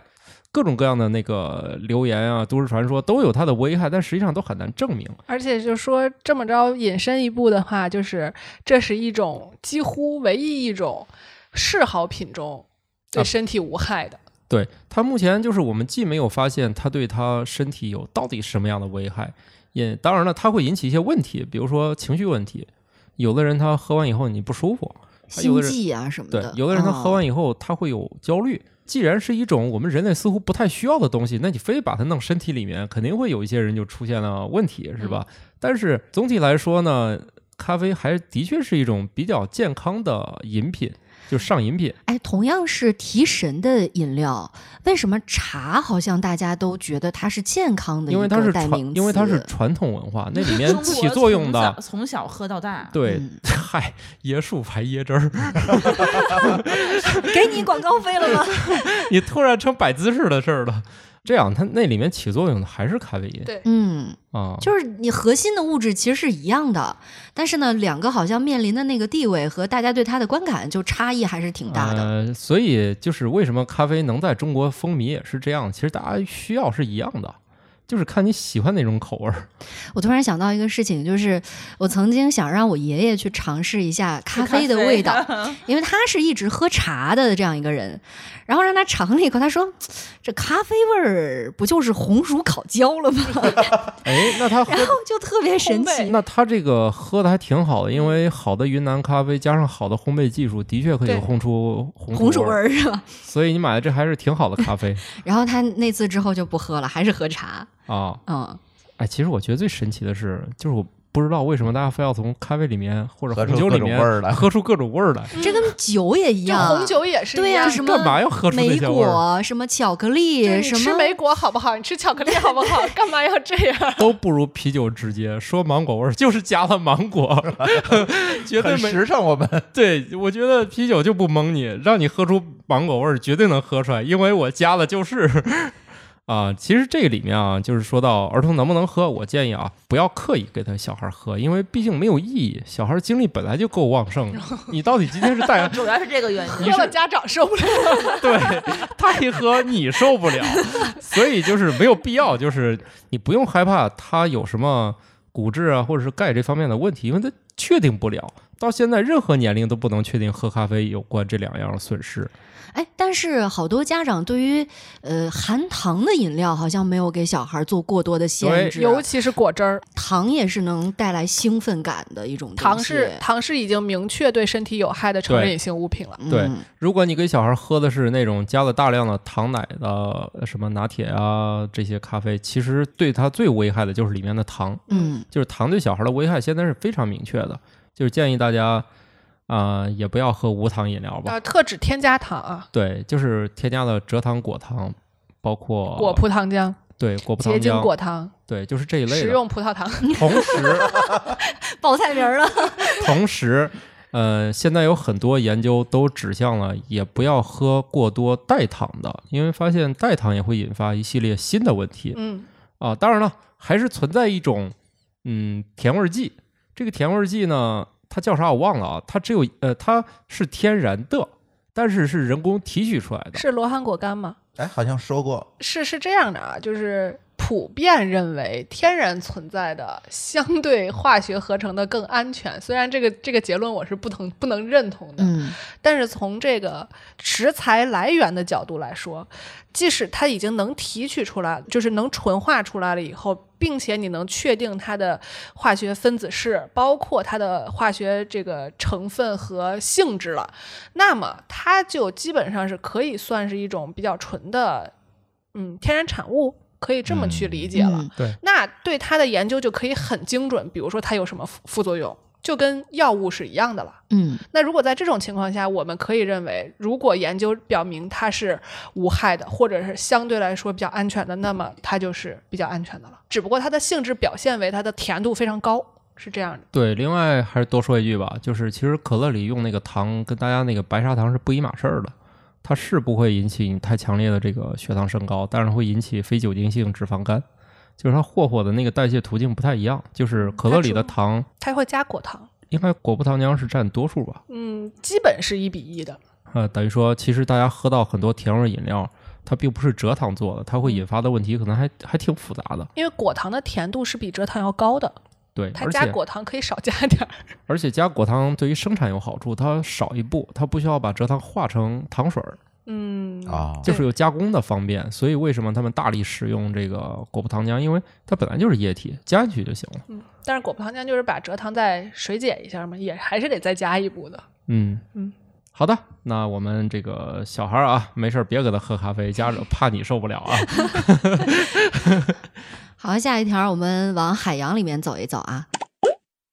Speaker 1: 各种各样的那个流言啊、都市传说都有它的危害，但实际上都很难证明。
Speaker 3: 而且就说这么着引申一步的话，就是这是一种几乎唯一一种嗜好品中对
Speaker 1: 啊
Speaker 3: 身体无害的。
Speaker 1: 对它目前就是我们既没有发现它对它身体有到底什么样的危害，也当然了，它会引起一些问题，比如说情绪问题。有的人他喝完以后你不舒服，还有
Speaker 2: 心
Speaker 1: 的人
Speaker 2: 悸啊什么
Speaker 1: 对
Speaker 2: 的，，
Speaker 1: 有的人他喝
Speaker 2: 哦
Speaker 1: 完以后他会有焦虑。既然是一种我们人类似乎不太需要的东西，那你非把它弄身体里面，肯定会有一些人就出现了问题，是
Speaker 2: 嗯
Speaker 1: 吧？但是总体来说呢，咖啡还的确是一种比较健康的饮品，就上饮品。
Speaker 2: 哎，同样是提神的饮料，为什么茶好像大家都觉得它是健康的一
Speaker 1: 因为它
Speaker 2: 个
Speaker 1: 是
Speaker 2: 代
Speaker 1: 传
Speaker 2: 名词？，
Speaker 1: 因为它是传统文化， 那里面
Speaker 6: 中国
Speaker 1: 起作用的
Speaker 6: 从小，从小喝到大，
Speaker 1: 对
Speaker 2: 嗯，
Speaker 1: 嗨，椰树牌椰汁儿，
Speaker 2: 给你广告费了 吗？
Speaker 1: 你突然成摆姿势的事儿了。这样，它那里面起作用的还是咖啡因
Speaker 3: 对
Speaker 2: 嗯，
Speaker 1: 啊，
Speaker 2: 就是你核心的物质其实是一样的，但是呢，两个好像面临的那个地位和大家对它的观感就差异还是挺大的。
Speaker 1: 呃。所以就是为什么咖啡能在中国风靡也是这样，其实大家需要是一样的，就是看你喜欢哪种口味儿。
Speaker 2: 我突然想到一个事情，就是我曾经想让我爷爷去尝试一下咖啡的味道，因为他是一直喝茶的这样一个人，然后让他尝了一口，他说：“这咖啡味儿不就是红薯烤焦了吗？”
Speaker 1: 哎，那他喝
Speaker 2: 然，后就特别神奇。
Speaker 1: 那他这个喝的还挺好的，因为好的云南咖啡加上好的烘焙技术，的确可以
Speaker 3: 对
Speaker 1: 烘出红
Speaker 2: 红薯
Speaker 1: 味
Speaker 2: 味
Speaker 1: 儿。
Speaker 2: 儿是吧？
Speaker 1: 所以你买的这还是挺好的咖 啡
Speaker 2: 然后他那次之后就不喝了，还是喝茶。
Speaker 1: 啊！
Speaker 2: 嗯，
Speaker 1: 哎，其实我觉得最神奇的是，就是我不知道为什么大家非要从咖啡里面或者
Speaker 4: 喝
Speaker 1: 红
Speaker 4: 出
Speaker 1: 酒
Speaker 4: 各
Speaker 1: 里
Speaker 4: 种
Speaker 1: 面
Speaker 4: 味儿来
Speaker 1: 喝出各种味儿来，
Speaker 2: 这跟酒也一
Speaker 3: 就
Speaker 2: 样，啊
Speaker 3: 红酒也是
Speaker 2: 对
Speaker 3: 一
Speaker 2: 呀、
Speaker 3: 样
Speaker 2: 什么
Speaker 1: 干嘛要喝出那
Speaker 2: 莓
Speaker 1: 些味儿？
Speaker 2: 果、什么巧克
Speaker 3: 就是
Speaker 2: 力、
Speaker 3: 你
Speaker 2: 什
Speaker 3: 吃
Speaker 2: 么
Speaker 3: 莓果好不好？你吃巧克力好不 好？干嘛要这样？
Speaker 1: 都不如啤酒直接说芒果味儿，就是加了芒 果，绝对
Speaker 4: 很
Speaker 1: 没
Speaker 4: 实 诚，我们
Speaker 1: 对。我觉得啤酒就不蒙你，让你喝出芒果味儿，绝对能喝出来，因为我加了就是。 啊，其实这个里面啊，就是说到儿童能不能喝，我建议啊，不要刻意给他小孩喝，因为毕竟没有意义。小孩精力本来就够旺盛的，你到底今天是带
Speaker 6: 主要是这个原因。
Speaker 3: 喝了家长受不了。
Speaker 1: 对他一喝你受不了，所以就是没有必要，就是你不用害怕他有什么骨质啊或者是钙这方面的问题，因为它确定不了。到现在，任何年龄都不能确定喝咖啡有关这两样损失。
Speaker 2: 哎，但是好多家长对于呃含糖的饮料好像没有给小孩做过多的限
Speaker 1: 对
Speaker 2: 制，啊
Speaker 3: 尤其是果汁儿，
Speaker 2: 糖也是能带来兴奋感的一种东
Speaker 3: 糖
Speaker 2: 西
Speaker 3: 是糖是已经明确对身体有害的成人
Speaker 1: 对
Speaker 3: 饮性物品了。
Speaker 1: 对
Speaker 2: 嗯，
Speaker 1: 如果你给小孩喝的是那种加了大量的糖奶的呃什么拿铁啊这些咖啡，其实对他最危害的就是里面的糖。
Speaker 2: 嗯
Speaker 1: 就是糖对小孩的危害现在是非常明确的，就是建议大家啊、也不要喝无糖饮料吧。
Speaker 3: 啊，特指添加糖啊，
Speaker 1: 对，就是添加了蔗糖、果糖，包括
Speaker 3: 果葡糖浆、
Speaker 1: 对果葡糖
Speaker 3: 结晶
Speaker 1: 浆，
Speaker 3: 果糖、
Speaker 1: 对，就是这一类
Speaker 3: 食
Speaker 1: 的。
Speaker 3: 用葡萄糖。
Speaker 1: 同时，
Speaker 2: 报菜名儿了，
Speaker 1: 同时，呃，现在有很多研究都指向了，也不要喝过多代糖的，因为发现代糖也会引发一系列新的问题
Speaker 3: 嗯，
Speaker 1: 啊。当然了，还是存在一种嗯甜味儿剂，这个甜味儿剂呢，它叫啥我忘了啊，它只有呃它是天然的，但是是人工提取出来的。
Speaker 3: 是罗汉果苷吗？
Speaker 4: 哎，好像说过，
Speaker 3: 是是这样的啊，就是普遍认为天然存在的相对化学合成的更安全。虽然这个这个结论我是不能不能认同的，
Speaker 2: 嗯
Speaker 3: 但是从这个食材来源的角度来说，即使它已经能提取出来，就是能纯化出来了以后，并且你能确定它的化学分子式，包括它的化学这个成分和性质了，那么它就基本上是可以算是一种比较纯的，嗯，天然产物。可以这么去理解了，
Speaker 2: 嗯
Speaker 3: 那对它的研究就可以很精准，比如说它有什么副副作用，就跟药物是一样的了。
Speaker 2: 嗯
Speaker 3: 那如果在这种情况下，我们可以认为，如果研究表明它是无害的，或者是相对来说比较安全的，那么它就是比较安全的了。只不过它的性质表现为它的甜度非常高，是这样的。
Speaker 1: 对，另外还是多说一句吧，就是其实可乐里用那个糖跟大家那个白砂糖是不一码事儿的，它是不会引起你太强烈的这个血糖升高，但是会引起非酒精性脂肪肝，就是它霍霍的那个代谢途径不太一样，就是可乐里的糖，
Speaker 3: 它会加果糖，
Speaker 1: 应该果葡糖浆是占多数吧，
Speaker 3: 嗯，基本是一比一的。
Speaker 1: 呃，等于说其实大家喝到很多甜味饮料，它并不是蔗糖做的，它会引发的问题可能还还挺复杂的，
Speaker 3: 因为果糖的甜度是比蔗糖要高的，
Speaker 1: 对，
Speaker 3: 它
Speaker 1: 而
Speaker 3: 加
Speaker 1: 且
Speaker 3: 果糖可以少加点儿。
Speaker 1: 而且加果糖对于生产有好处，它少一步，它不需要把蔗糖化成糖水儿。
Speaker 3: 嗯，
Speaker 4: 啊
Speaker 1: 就
Speaker 3: 对
Speaker 1: 是有加工的方便，所以为什么他们大力使用这个果葡糖浆？因为它本来就是液体，加进去就行了。
Speaker 3: 嗯，但是果葡糖浆就是把蔗糖再水解一下嘛，也还是得再加一步的。
Speaker 1: 嗯
Speaker 3: 嗯，
Speaker 1: 好的，那我们这个小孩儿啊，没事儿别给他喝咖啡，家长怕你受不了 啊。
Speaker 2: 好，下一条我们往海洋里面走一走啊。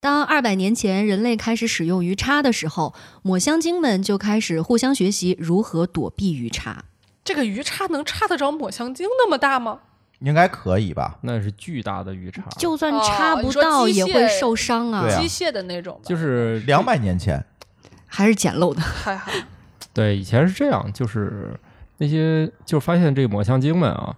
Speaker 2: 当二百年前人类开始使用鱼叉的时候，抹香鲸们就开始互相学习如何躲避鱼叉。
Speaker 3: 这个鱼叉能叉得着抹香鲸那么大吗？
Speaker 4: 应该可以吧？
Speaker 1: 那是巨大的鱼叉，
Speaker 2: 就算
Speaker 3: 哦
Speaker 2: 插
Speaker 3: 你
Speaker 2: 不
Speaker 3: 说
Speaker 2: 到，
Speaker 3: 机
Speaker 2: 也会
Speaker 3: 械
Speaker 2: 受伤啊，
Speaker 4: 对啊
Speaker 3: 机械的那种吧，
Speaker 1: 就是
Speaker 4: 两百年前，
Speaker 2: 还是简陋的。
Speaker 3: 还好。
Speaker 1: 对，以前是这样，就是那些就发现这抹香鲸们啊，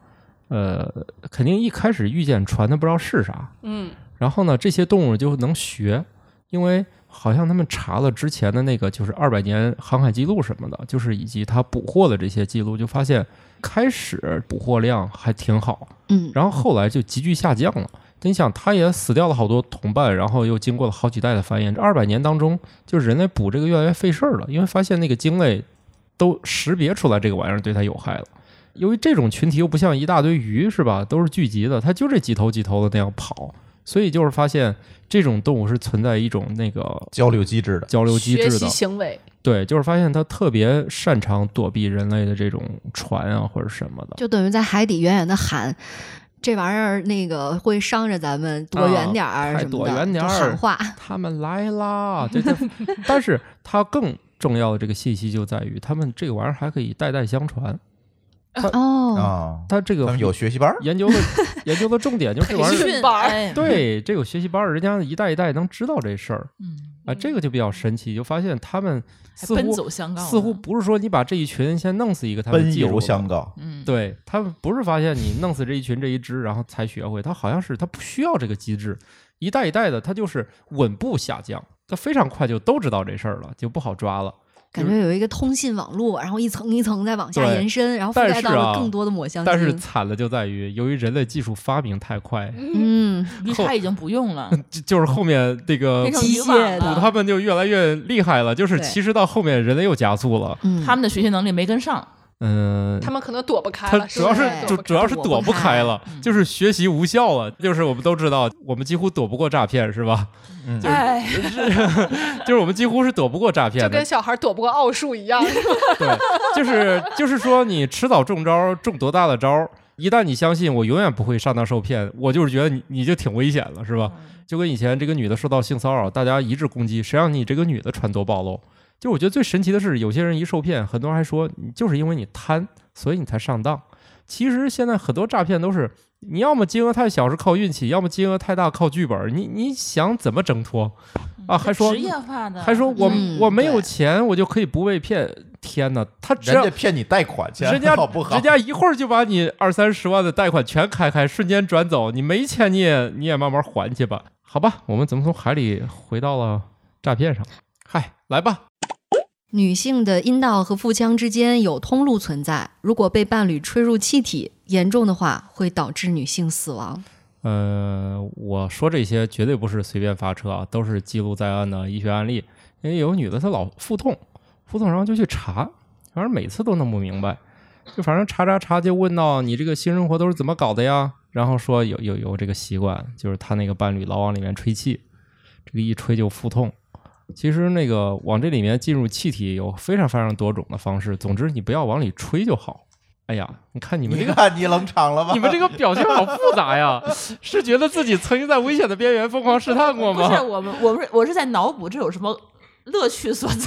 Speaker 1: 呃，肯定一开始遇见船的不知道是啥，
Speaker 3: 嗯，
Speaker 1: 然后呢，这些动物就能学，因为好像他们查了之前的那个就是二百年航海记录什么的，就是以及它捕获的这些记录，就发现开始捕获量还挺好，
Speaker 2: 嗯，
Speaker 1: 然后后来就急剧下降了。你想，它也死掉了好多同伴，然后又经过了好几代的繁衍，这二百年当中，就是人类捕这个越来越费事儿了，因为发现那个鲸类都识别出来这个玩意儿对它有害了。由于这种群体又不像一大堆鱼是吧，都是聚集的，它就这几头几头的那样跑，所以就是发现这种动物是存在一种那个
Speaker 4: 交流机制的，
Speaker 1: 交流机
Speaker 3: 学
Speaker 1: 制
Speaker 3: 习
Speaker 1: 的，嗯
Speaker 3: 行为，
Speaker 1: 对，就是发现它特别擅长躲避人类的这种船啊或者什么的。
Speaker 2: 就等于在海底远远的喊。这玩意儿那个会伤着咱们，躲远点
Speaker 1: 啊
Speaker 2: 儿
Speaker 1: 快
Speaker 2: 什么的，
Speaker 1: 躲远点儿
Speaker 2: 就喊话。
Speaker 1: 他们来啦！对对，但是它更重要的这个信息就在于，他们这个玩意儿还可以代代相传。
Speaker 3: 嗯
Speaker 2: 哦，
Speaker 4: 啊，
Speaker 1: 它这
Speaker 4: 他
Speaker 1: 个
Speaker 4: 们有学习班儿，
Speaker 1: 研究的 研究的重点就是这玩
Speaker 6: 培
Speaker 1: 意儿，
Speaker 6: 训
Speaker 3: 玩儿
Speaker 6: 哎
Speaker 1: 对，这有学习班儿，人家一代一代能知道这事儿
Speaker 6: 嗯，
Speaker 1: 啊，这个就比较神奇，就发现他们
Speaker 6: 还
Speaker 1: 似
Speaker 6: 奔
Speaker 1: 乎
Speaker 6: 走相告呢，
Speaker 1: 似乎不是说你把这一群先弄死一个，他们
Speaker 4: 奔
Speaker 1: 记住
Speaker 4: 游
Speaker 1: 了
Speaker 4: 相告，
Speaker 6: 嗯，
Speaker 1: 对他们不是发现你弄死这一群这一只，然后才学会，他好像是他不需要这个机制，一代一代的，他就是稳步下降，他非常快就都知道这事儿了，就不好抓了。
Speaker 2: 感觉有一个通信网络，然后一层一层在往下
Speaker 1: 对
Speaker 2: 延伸，然后覆
Speaker 1: 但
Speaker 2: 盖
Speaker 1: 是
Speaker 2: 到了
Speaker 1: 啊
Speaker 2: 更多的抹香鲸。
Speaker 1: 但是惨的就在于，由于人类技术发明太快，
Speaker 2: 嗯嗯，
Speaker 6: 绿
Speaker 1: 后
Speaker 6: 茶已经不用了，
Speaker 1: 就就是后面这个
Speaker 6: 变成
Speaker 2: 机
Speaker 6: 渔网
Speaker 2: 械的
Speaker 6: 了
Speaker 1: 补他们就越来越厉害了，就是
Speaker 2: 对
Speaker 1: 其实到后面人类又加速了，
Speaker 2: 嗯
Speaker 6: 他们的学习能力没跟上，
Speaker 1: 嗯
Speaker 3: 他。们可能躲不开
Speaker 1: 他
Speaker 3: 了，
Speaker 1: 主要
Speaker 3: 不
Speaker 1: 是
Speaker 2: 对
Speaker 1: 主
Speaker 3: 躲不
Speaker 1: 主要是躲不开了
Speaker 6: 躲不开，嗯
Speaker 1: 就是学习无效了。就是我们都知道，我们几乎躲不过诈骗，是吧？
Speaker 4: 嗯
Speaker 6: 哎，
Speaker 1: 就是我们几乎是躲不过诈
Speaker 3: 开就
Speaker 1: 骗的
Speaker 3: 跟。小孩躲不过奥数一样，
Speaker 1: 对，就是就是说，你迟早中招，中多大的招？一旦你相信我永远不会上当受骗，我就是觉得你你就挺危险了，是吧？
Speaker 6: 嗯
Speaker 1: 就跟以前这个女的受到性骚扰，大家一致攻击，谁让你这个女的穿多暴露？就我觉得最神奇的是，有些人一受骗，很多人还说你就是因为你贪，所以你才上当。其实现在很多诈骗都是，你要么金额太小是靠运气，要么金额太大靠剧本。你你想怎么挣脱啊？还说
Speaker 6: 嗯职业化的，
Speaker 1: 还说我、
Speaker 2: 嗯
Speaker 1: 我没有
Speaker 2: 对
Speaker 1: 钱，我就可以不被骗。天哪，他只
Speaker 4: 人
Speaker 1: 要
Speaker 4: 家骗你贷款去，
Speaker 1: 人家
Speaker 4: 好不好？
Speaker 1: 人家一会儿就把你二三十万的贷款全开开，瞬间转走。你没钱，你也你也慢慢还去吧。好吧，我们怎么从海里回到了诈骗上？嗨，来吧，
Speaker 2: 女性的阴道和腹腔之间有通路存在，如果被伴侣吹入气体，严重的话会导致女性死亡。
Speaker 1: 呃，我说这些绝对不是随便发车啊，都是记录在案的医学案例。因为有女的她老腹痛，腹痛然后就去查，反正每次都弄不明白，就反正查查查就问到你这个性生活都是怎么搞的呀？然后说有有有这个习惯，就是她那个伴侣老往里面吹气，这个一吹就腹痛。其实那个往这里面进入气体有非常非常多种的方式，总之你不要往里吹就好。哎呀，你看你们这
Speaker 4: 你
Speaker 1: 个
Speaker 4: 看你冷场了吧？
Speaker 1: 你们这个表情好复杂 呀，是觉得自己曾经在危险的边缘疯狂试探过
Speaker 6: 不是
Speaker 1: 吗？
Speaker 6: 我们，我们我是在脑补这有什么乐趣所在。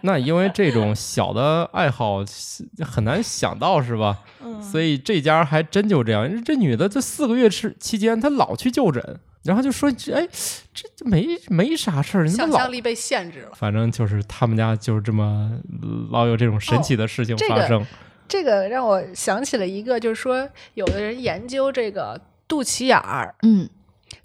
Speaker 1: 那因为这种小的爱好是很难想到是吧？
Speaker 6: 嗯
Speaker 1: 所以这家还真就这样，这女的这四个月期期间，她老去就诊，然后就说这哎，这这没没啥事儿， 你们
Speaker 3: 想
Speaker 1: 老
Speaker 3: 象力被限制了。
Speaker 1: 反正就是他们家就是这么老有这种神奇的事情发
Speaker 6: 嗯
Speaker 1: 生。
Speaker 3: 这个让我想起了一个，就是说，有的人研究这个肚脐眼儿
Speaker 2: 嗯，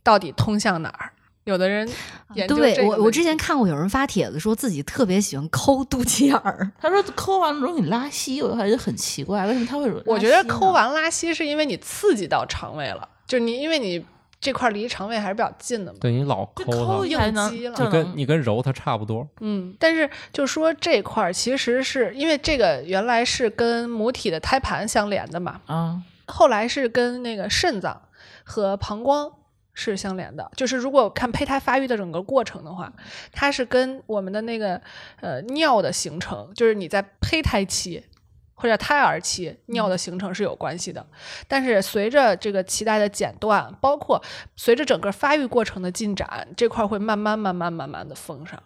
Speaker 3: 到底通向哪儿，有的人研究这
Speaker 2: 对
Speaker 3: 个
Speaker 2: 我我
Speaker 3: 问
Speaker 2: 之
Speaker 3: 题
Speaker 2: 前看过有人发帖子说自己特别喜欢抠肚脐眼儿，
Speaker 6: 他说抠完了容易拉稀，我还是很奇怪，为什么他会有拉稀呢？
Speaker 3: 我觉得抠完拉稀是因为你刺激到肠胃了，就是你因为你这块离肠胃还是比较近的嘛。
Speaker 1: 对你老
Speaker 6: 就
Speaker 1: 抠
Speaker 6: 抠
Speaker 1: 她，
Speaker 6: 一下能
Speaker 3: 硬肌
Speaker 1: 你
Speaker 3: 了
Speaker 6: 就
Speaker 1: 跟
Speaker 6: 能
Speaker 1: 你跟揉她差不多。
Speaker 3: 嗯，但是就说这块儿其实是因为这个原来是跟母体的胎盘相连的嘛，
Speaker 6: 啊，
Speaker 3: 后来是跟那个肾脏和膀胱是相连的，就是如果看胚胎发育的整个过程的话，它是跟我们的那个呃尿的形成，就是你在胚胎期或者胎儿期尿的形成是有关系的。但是随着这个脐带的剪断，包括随着整个发育过程的进展，这块儿会慢慢慢慢慢慢的封上。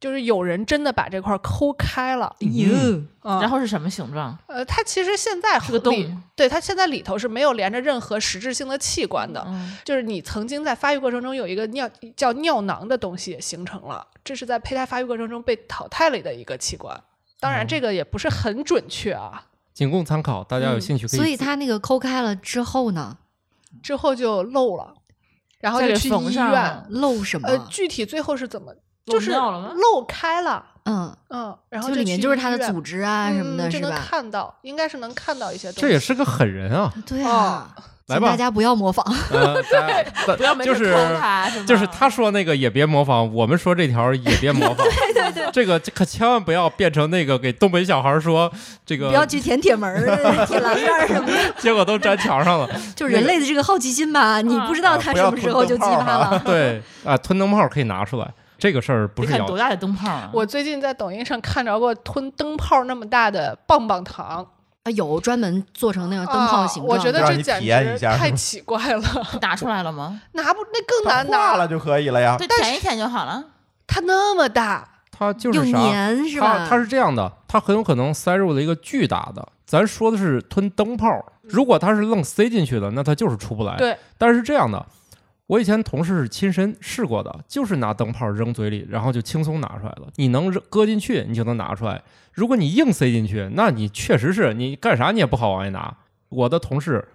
Speaker 3: 就是有人真的把这块儿抠开了，
Speaker 1: 嗯
Speaker 2: 哟，
Speaker 3: 啊
Speaker 6: 然后是什么形状？
Speaker 3: 呃，它其实现在
Speaker 6: 是个
Speaker 3: 和里
Speaker 6: 洞，
Speaker 3: 对，它现在里头是没有连着任何实质性的器官的，
Speaker 6: 嗯，
Speaker 3: 就是你曾经在发育过程中有一个尿叫尿囊的东西形成了，这是在胚胎发育过程中被淘汰了的一个器官。当
Speaker 6: 嗯
Speaker 3: 然，这个也不是很准确啊。
Speaker 1: 仅供参考，大家有兴趣可以自。
Speaker 2: 所以他那个抠开了之后呢，
Speaker 3: 之后就漏了，然后
Speaker 6: 再
Speaker 3: 就
Speaker 6: 给
Speaker 3: 去
Speaker 6: 缝
Speaker 3: 医
Speaker 6: 上
Speaker 3: 院
Speaker 6: 了。嗯
Speaker 2: 漏什么？
Speaker 3: 呃，具体最后是怎么，
Speaker 6: 漏
Speaker 3: 就是
Speaker 6: 尿了吗
Speaker 3: 漏开了，
Speaker 2: 嗯，
Speaker 3: 嗯，然后
Speaker 2: 就里面
Speaker 3: 去
Speaker 2: 就是
Speaker 3: 医
Speaker 2: 他的
Speaker 3: 院
Speaker 2: 组织啊什么的，
Speaker 3: 嗯、
Speaker 2: 是
Speaker 3: 就能
Speaker 2: 吧？
Speaker 3: 看到，应该是能看到一些东西。
Speaker 1: 这也是个狠人啊！
Speaker 2: 对
Speaker 3: 哦
Speaker 2: 啊，
Speaker 1: 来
Speaker 2: 请
Speaker 1: 吧
Speaker 2: 大家不要模仿。
Speaker 1: 呃，咱
Speaker 6: 不要没
Speaker 1: 就
Speaker 6: 事
Speaker 1: 是
Speaker 6: 抠它，是吗
Speaker 1: 就是他说那个也别模仿，我们说这条也别模仿。对对对，这个可千万不要变成那个给东北小孩说这
Speaker 2: 不要
Speaker 1: 个，
Speaker 2: 去舔铁门儿、铁 栏杆儿什么的，
Speaker 1: 结果都粘墙上了。
Speaker 2: 就人类的这个好奇心吧，你不知
Speaker 3: 嗯
Speaker 2: 道他什么时候就激 发了。
Speaker 1: 对啊，吞灯泡可以拿出来，这个事儿不
Speaker 6: 得
Speaker 1: 是
Speaker 6: 看
Speaker 1: 谣
Speaker 6: 多大的灯泡啊！
Speaker 3: 我最近在抖音上看着过吞灯泡那么大的棒棒糖，
Speaker 2: 啊，有专门做成那样灯泡形
Speaker 3: 啊，
Speaker 2: 状的，
Speaker 3: 我觉得
Speaker 4: 让
Speaker 3: 这
Speaker 4: 你
Speaker 3: 简
Speaker 4: 体验
Speaker 3: 直
Speaker 4: 一下
Speaker 3: 太
Speaker 4: 是吧
Speaker 3: 奇怪了，
Speaker 6: 打出来了吗？
Speaker 3: 拿不那更
Speaker 4: 它
Speaker 3: 难拿
Speaker 4: 化了，就可以了呀。
Speaker 6: 对，舔一舔就好了。
Speaker 3: 它那么大，
Speaker 1: 它就
Speaker 2: 又
Speaker 1: 是啥？
Speaker 2: 粘是吧
Speaker 1: 它？它是这样的，它很有可能塞入了一个巨大的。咱说的是吞灯泡，
Speaker 2: 嗯
Speaker 1: 如果它是愣塞进去的，那它就是出不来。
Speaker 3: 对，
Speaker 1: 但是这样的，我以前同事是亲身试过的，就是拿灯泡扔嘴里，然后就轻松拿出来了。你能扔搁进去，你就能拿出来；如果你硬塞进去，那你确实是你干啥你也不好往外拿。我的同事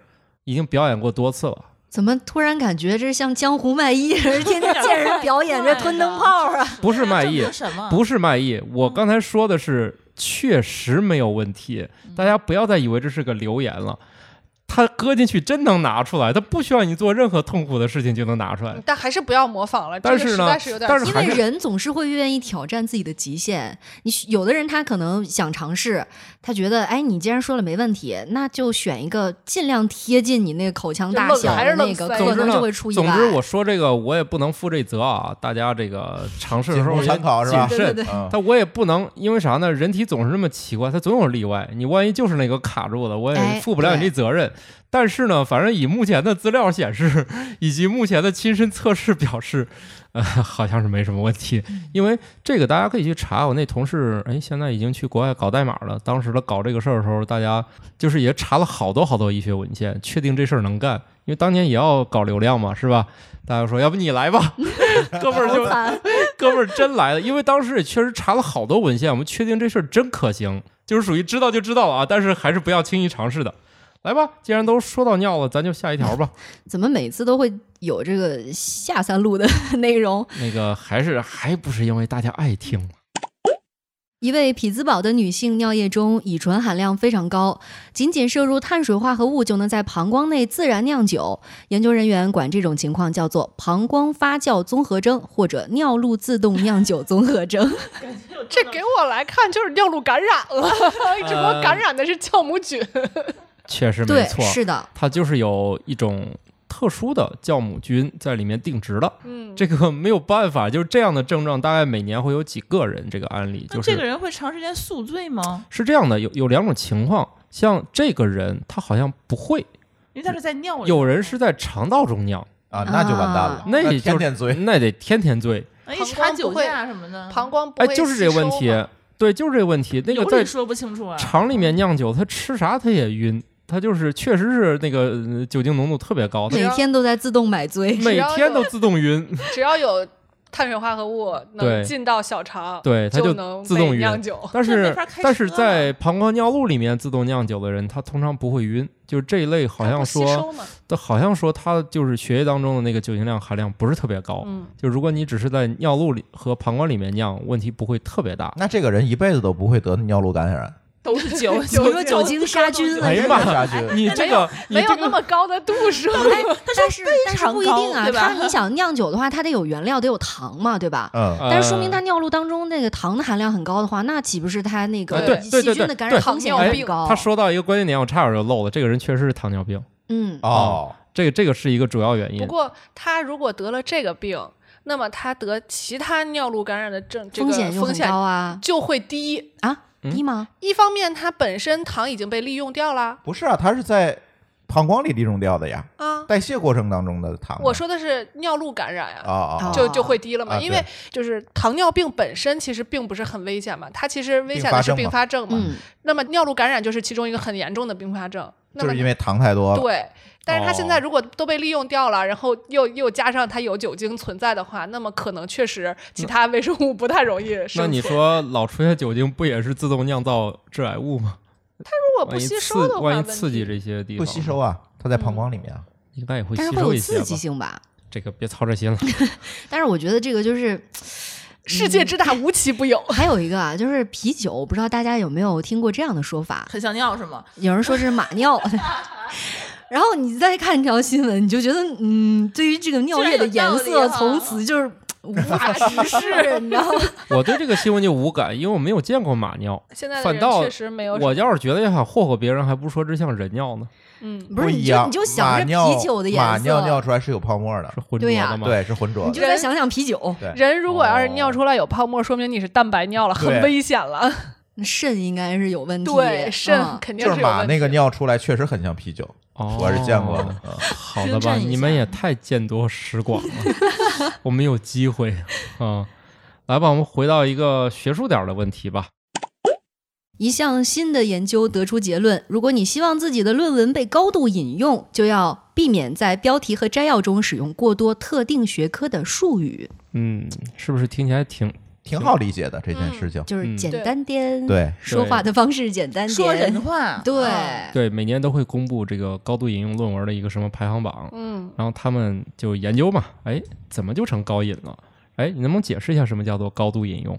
Speaker 1: 已经表演过多次了，
Speaker 2: 怎么突然感觉这像江湖卖艺 似的，天天见人表 演这吞灯泡啊？
Speaker 1: 不是卖艺
Speaker 6: 这证明什
Speaker 2: 嗯
Speaker 6: 么？
Speaker 1: 不是卖艺，我刚才说的
Speaker 2: 嗯
Speaker 1: 是确实没有问题，大家不要再以为这是个流言了。它搁进去真能拿出来，它不需要你做任何痛苦的事情就能拿出来。
Speaker 3: 但还是不要模仿了，这
Speaker 1: 哎但
Speaker 3: 个
Speaker 1: 是
Speaker 3: 实
Speaker 1: 呢
Speaker 3: 在是有点
Speaker 1: 但是
Speaker 2: 因
Speaker 1: 还
Speaker 2: 为
Speaker 1: 是
Speaker 2: 人总是会愿意挑战自己的极限。你有的人他可能想尝试，他觉得哎，你既然说了没问题，那就选一个尽量贴近你那个口腔
Speaker 3: 就
Speaker 2: 大
Speaker 3: 愣
Speaker 2: 小
Speaker 3: 还
Speaker 2: 的
Speaker 3: 是愣
Speaker 2: 那个，
Speaker 3: 塞
Speaker 2: 可
Speaker 1: 总之
Speaker 2: 能
Speaker 1: 呢
Speaker 2: 就会出意外。
Speaker 1: 总之我说这个我也不能负这责啊，大家这个尝试的时候
Speaker 4: 仅供
Speaker 1: 也
Speaker 4: 参考是吧
Speaker 1: 谨
Speaker 2: 对对
Speaker 1: 慎
Speaker 2: 对，
Speaker 4: 嗯，
Speaker 1: 但我也不能因为啥呢？人体总是这么奇怪，它总有例外。你万一就是那个卡住了，我
Speaker 2: 哎
Speaker 1: 也负不了你这责任。但是呢，反正以目前的资料显示， 以及目前的亲身测试表示， 呃，好像是没什么问题。因为这个大家可以去查，我那同事哎，现在已经去国外搞代码了。当时他搞这个事儿的时候，大家就是也查了好多好多医学文献，确定这事儿能干。因为当年也要搞流量嘛，是吧？大家说，要不你来吧， 哥们儿就
Speaker 2: 惨
Speaker 1: 哥们儿真来了，因为当时也确实查了好多文献，我们确定这事儿真可行，就是属于知道就知道了啊，但是还是不要轻易尝试的。来吧，既然都说到尿了，咱就下一条 吧。
Speaker 2: 怎么每次都会有这个下三路的 内容？
Speaker 1: 那个还是还不是因为大家爱听，
Speaker 2: 一位匹兹堡的女性尿液中乙醇含量非常高，仅仅摄入碳水化合物就能在膀胱内自然酿酒。研究人员管这种情况叫做膀胱发酵综合征或者尿路自动酿酒综合 征。
Speaker 3: 这给我来看就是尿路感染了， 只不
Speaker 1: 哎
Speaker 3: 过感染的是酵母菌。
Speaker 1: 确实没
Speaker 2: 对，
Speaker 1: 错，
Speaker 2: 是的，
Speaker 1: 它就是有一种特殊的酵母菌在里面定植了。
Speaker 3: 嗯，
Speaker 1: 这个没有办法，就是这样的症状，大概每年会有几个人这个案例，
Speaker 6: 那
Speaker 1: 就是
Speaker 6: 这个人会长时间宿醉吗？
Speaker 1: 是这样的，有有两种情况，像这个人他好像不会，
Speaker 6: 因为他是在尿里。
Speaker 1: 有人是在肠道中尿。
Speaker 4: 啊，那就完蛋了
Speaker 2: 啊，
Speaker 1: 那也
Speaker 4: 那
Speaker 1: 就是
Speaker 4: 天天醉，
Speaker 1: 那得天天醉。
Speaker 6: 哎
Speaker 3: 膀胱
Speaker 6: 查
Speaker 3: 不
Speaker 6: 酒
Speaker 3: 会
Speaker 6: 驾什么的，
Speaker 3: 膀胱不
Speaker 1: 哎，
Speaker 3: 会
Speaker 1: 就是这个问
Speaker 3: 吸收嘛
Speaker 1: 题，对，就是这个问题。那个
Speaker 6: 有理
Speaker 1: 在
Speaker 6: 说不清楚啊。
Speaker 1: 肠里
Speaker 3: 嗯
Speaker 1: 面酿酒，他吃啥他也晕，他就是确实是那个呃酒精浓度特别高，他
Speaker 2: 每天都在自动买醉。
Speaker 1: 每
Speaker 3: 只要
Speaker 1: 天都
Speaker 3: 有
Speaker 1: 自动 晕，
Speaker 3: 只要有碳水化合物能
Speaker 1: 对
Speaker 3: 进到小肠，
Speaker 1: 对，他
Speaker 3: 能
Speaker 1: 自
Speaker 3: 被
Speaker 1: 动晕。
Speaker 3: 酿酒。
Speaker 1: 但
Speaker 6: 这没
Speaker 1: 是
Speaker 6: 法开
Speaker 1: 但
Speaker 6: 车
Speaker 1: 是在膀胱尿路里面自动酿酒的人，他通常不会晕，就是这一类好
Speaker 6: 它
Speaker 1: 像
Speaker 6: 不吸
Speaker 1: 说，
Speaker 6: 收嘛
Speaker 1: 他好像说他就是血液当中的那个酒精量含量不是特别高。
Speaker 3: 嗯，
Speaker 1: 就如果你只是在尿路里和膀胱里面酿，问题不会特别大。
Speaker 4: 那这个人一辈子都不会得尿路感染。
Speaker 6: 都是 酒，
Speaker 2: 有没有酒精杀菌 了
Speaker 1: 哎呀妈 呀
Speaker 4: 杀菌，
Speaker 1: 你这个你
Speaker 3: 没有
Speaker 1: 这
Speaker 3: 那
Speaker 1: 个
Speaker 3: 么高的度 数，
Speaker 2: 但是但是
Speaker 6: 常
Speaker 2: 不一定啊
Speaker 6: 高，对吧
Speaker 2: 它你想酿酒的话，它得有原料，得有糖嘛，对吧？
Speaker 4: 嗯，
Speaker 2: 但是说明
Speaker 1: 呃
Speaker 2: 它尿路当中那个糖的含量很高的话，那岂不是它那
Speaker 1: 呃
Speaker 2: 个
Speaker 1: 对
Speaker 2: 细
Speaker 1: 对对
Speaker 2: 菌的
Speaker 1: 对
Speaker 2: 感染
Speaker 1: 对
Speaker 2: 风险
Speaker 3: 糖尿
Speaker 2: 很
Speaker 3: 病
Speaker 2: 高？
Speaker 1: 他说到一个关键点，我差点就漏了。这个人确实是糖尿病，
Speaker 2: 嗯，
Speaker 4: 哦，
Speaker 1: 这个这个是一个主要原因。
Speaker 3: 不过他如果得了这个病，那么他得其他尿路感染的症，这
Speaker 2: 风
Speaker 3: 个
Speaker 2: 险就
Speaker 3: 风
Speaker 2: 很高
Speaker 3: 险
Speaker 2: 啊
Speaker 3: 就会低。
Speaker 2: 啊，
Speaker 1: 嗯
Speaker 2: 低吗？
Speaker 3: 一方面，它本身糖已经被利用掉了
Speaker 4: 不是啊，他是在膀胱里利用掉的呀，
Speaker 3: 啊。
Speaker 4: 代谢过程当中的糖啊。
Speaker 3: 我说的是尿路感染呀、
Speaker 4: 哦哦，
Speaker 3: 就就会低了嘛，
Speaker 4: 啊
Speaker 3: 因为
Speaker 4: 对
Speaker 3: 就是糖尿病本身其实并不是很危险嘛，它其实危险
Speaker 4: 并发
Speaker 3: 的是
Speaker 4: 症
Speaker 3: 并
Speaker 4: 嘛
Speaker 3: 发症嘛。
Speaker 2: 嗯，
Speaker 3: 那么尿路感染就是其中一个很严重的并发症。那
Speaker 4: 就
Speaker 3: 么
Speaker 4: 是因为糖太多了。
Speaker 3: 对，但是它现
Speaker 1: 啊
Speaker 3: 在
Speaker 1: 哦
Speaker 3: 如果都被利用掉了，然后又又加上它有酒精存在的话，那么可能确实其他微生物不太容易
Speaker 1: 那
Speaker 3: 生
Speaker 1: 你
Speaker 3: 存。
Speaker 1: 说老出现酒精不也是自动酿造致癌物吗？
Speaker 3: 如果
Speaker 1: 万
Speaker 3: 不
Speaker 1: 一
Speaker 3: 吸
Speaker 1: 刺
Speaker 3: 收的话，
Speaker 1: 万一
Speaker 3: 问
Speaker 1: 刺激
Speaker 3: 题
Speaker 1: 这些地
Speaker 4: 不
Speaker 1: 方
Speaker 4: 吸收，啊，它在膀胱里面啊。
Speaker 2: 嗯
Speaker 1: 应该也会
Speaker 2: 但
Speaker 1: 吸
Speaker 2: 是会
Speaker 1: 收
Speaker 2: 有
Speaker 1: 一些
Speaker 2: 刺
Speaker 1: 吧。
Speaker 2: 激性吧？
Speaker 1: 这个别操这心了。
Speaker 2: 但是我觉得这个就是
Speaker 3: 世界之大无奇不有。
Speaker 2: 还有一个啊，就是啤酒，不知道大家有没有听过这样的说法？
Speaker 6: 很像尿是吗？
Speaker 2: 有人说这是马尿。 然后你再看这条新闻，你就觉得，嗯，对于这个尿液的颜
Speaker 6: 这有
Speaker 2: 色，
Speaker 6: 道理啊
Speaker 2: 从此就是无法直视，你知道吗？
Speaker 1: 我对这个新闻就无感，因为我没有见过马尿。
Speaker 3: 现在的
Speaker 1: 反
Speaker 3: 人
Speaker 1: 倒
Speaker 3: 确实 没有什么，
Speaker 1: 我要是觉得要想霍霍别人，还不如说这像人尿呢，
Speaker 3: 嗯，
Speaker 2: 不是，
Speaker 4: 一
Speaker 2: 你就
Speaker 4: 样，
Speaker 2: 你就想着啤酒的颜
Speaker 4: 马
Speaker 2: 色，
Speaker 4: 尿尿出来是有泡沫的
Speaker 1: 是，浑浊
Speaker 2: 对呀
Speaker 1: 的嘛。
Speaker 4: 对，是浑浊
Speaker 2: 你
Speaker 4: 的。
Speaker 2: 就再想想啤酒，
Speaker 3: 人如果要是
Speaker 1: 哦
Speaker 3: 尿出来有泡沫，说明你是蛋白尿了，很
Speaker 4: 对
Speaker 3: 危险了。
Speaker 2: 肾应该是有问题，
Speaker 3: 对，肾
Speaker 2: 嗯
Speaker 3: 肯定
Speaker 4: 就是
Speaker 3: 有
Speaker 4: 马
Speaker 3: 问
Speaker 4: 那个
Speaker 3: 题
Speaker 4: 尿出来确实很像啤酒，
Speaker 1: 哦，
Speaker 4: 我是见过的。 嗯
Speaker 1: 好的
Speaker 6: 纠
Speaker 1: 吧，
Speaker 6: 正一
Speaker 1: 你
Speaker 6: 下
Speaker 1: 们也太见多识广了， 我们有机会啊、来吧，我们回到一个学术点儿的问题吧。
Speaker 2: 一项新的研究得出结论：如果你希望自己的论文被高度引用，就要避免在标题和摘要中使用过多特定学科的术语，
Speaker 1: 嗯，是不是听起来挺
Speaker 4: 挺好理解的这件事情。
Speaker 2: 就是
Speaker 1: 嗯
Speaker 2: 简单点，
Speaker 4: 对
Speaker 2: 说话的方式简单点，
Speaker 6: 说人话，
Speaker 2: 对、
Speaker 6: 啊
Speaker 1: 对？每年都会公布这个高度引用论文的一个什么排行榜，
Speaker 3: 嗯，
Speaker 1: 然后他们就研究嘛，哎，怎么就成高引了？哎，你能不能解释一下什么叫做高度引用？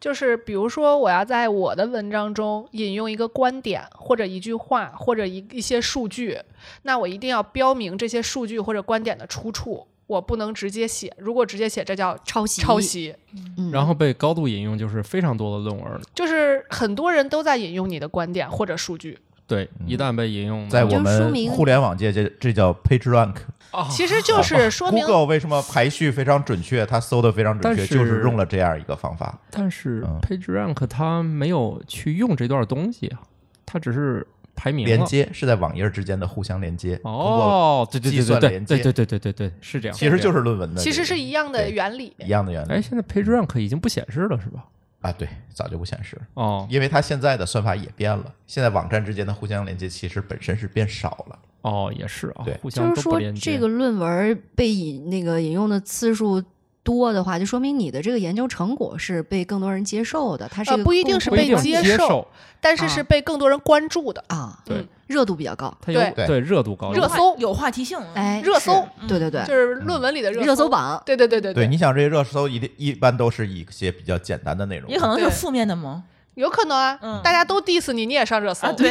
Speaker 3: 就是比如说，我要在我的文章中引用一个观点，或者一句话，或者一一些数据，那我一定要标明这些数据或者观点的出处，我不能直接写。如果直接写，这叫
Speaker 2: 抄袭
Speaker 3: 抄袭。
Speaker 2: 嗯
Speaker 1: 然后被高度引用就是非常多的论文，
Speaker 3: 就是很多人都在引用你的观点或者数据。
Speaker 1: 对，一旦被引用，
Speaker 4: 嗯在
Speaker 2: 就
Speaker 4: 我
Speaker 2: 是说
Speaker 4: 们
Speaker 2: 明
Speaker 4: 互联网界，这这叫 PageRank。
Speaker 1: 啊
Speaker 3: 其实就是说明
Speaker 4: 哦 Google 为什么排序非常准确，它搜的非常准确，
Speaker 1: 但是
Speaker 4: 就是用了这样一个方法。
Speaker 1: 但是
Speaker 4: 嗯
Speaker 1: PageRank 它没有去用这段东西啊，它只是排名了
Speaker 4: 连。接是在网页之间的互相连接，通过
Speaker 1: 哦，对对
Speaker 4: 计
Speaker 1: 对对
Speaker 4: 算
Speaker 1: 对
Speaker 4: 连接
Speaker 1: 对对对对对对，是这样。
Speaker 4: 其实就是是论文的
Speaker 3: 其
Speaker 4: 这个，
Speaker 3: 实是一样的
Speaker 4: 对
Speaker 3: 原理。
Speaker 4: 一样的原
Speaker 1: 哎，
Speaker 4: 理
Speaker 1: 现在 PageRank 已经不显示了是吧？
Speaker 4: 啊。对，早就不显示了，
Speaker 1: 哦
Speaker 4: 因为它现在的算法也变了。现在网站之间的互相连接其实本身是变少了，
Speaker 1: 哦，也是啊
Speaker 4: 对，
Speaker 1: 互
Speaker 2: 就
Speaker 1: 相
Speaker 2: 是
Speaker 1: 都不
Speaker 2: 说
Speaker 1: 连，接。
Speaker 2: 这个论文被引那个引用的次数多的话，就说明你的这个研究成果是被更多人接受的，它是
Speaker 3: 呃
Speaker 2: 个
Speaker 3: 不一定
Speaker 2: 共
Speaker 3: 是
Speaker 1: 不
Speaker 2: 同
Speaker 1: 一
Speaker 3: 被
Speaker 1: 定
Speaker 2: 的
Speaker 3: 接
Speaker 1: 接
Speaker 3: 受，但是
Speaker 2: 啊
Speaker 3: 是被更多人关注的。嗯
Speaker 2: 啊，
Speaker 1: 对，
Speaker 2: 热度比较高，
Speaker 1: 它有
Speaker 3: 对
Speaker 1: 对热度高，
Speaker 3: 热
Speaker 6: 话
Speaker 3: 搜
Speaker 6: 有话题性，嗯
Speaker 2: 哎，
Speaker 3: 热搜
Speaker 2: 是对对对，
Speaker 3: 就是论文里的
Speaker 2: 热搜。榜，
Speaker 3: 对对对对
Speaker 4: 嗯对，，你想这些热搜一定一般都是一些比较简单的内容
Speaker 6: 也，可能是
Speaker 3: 对
Speaker 6: 负面的吗？
Speaker 3: 有可能啊，
Speaker 6: 嗯
Speaker 3: 大家都 diss 你，你也上热搜。
Speaker 6: 啊，对，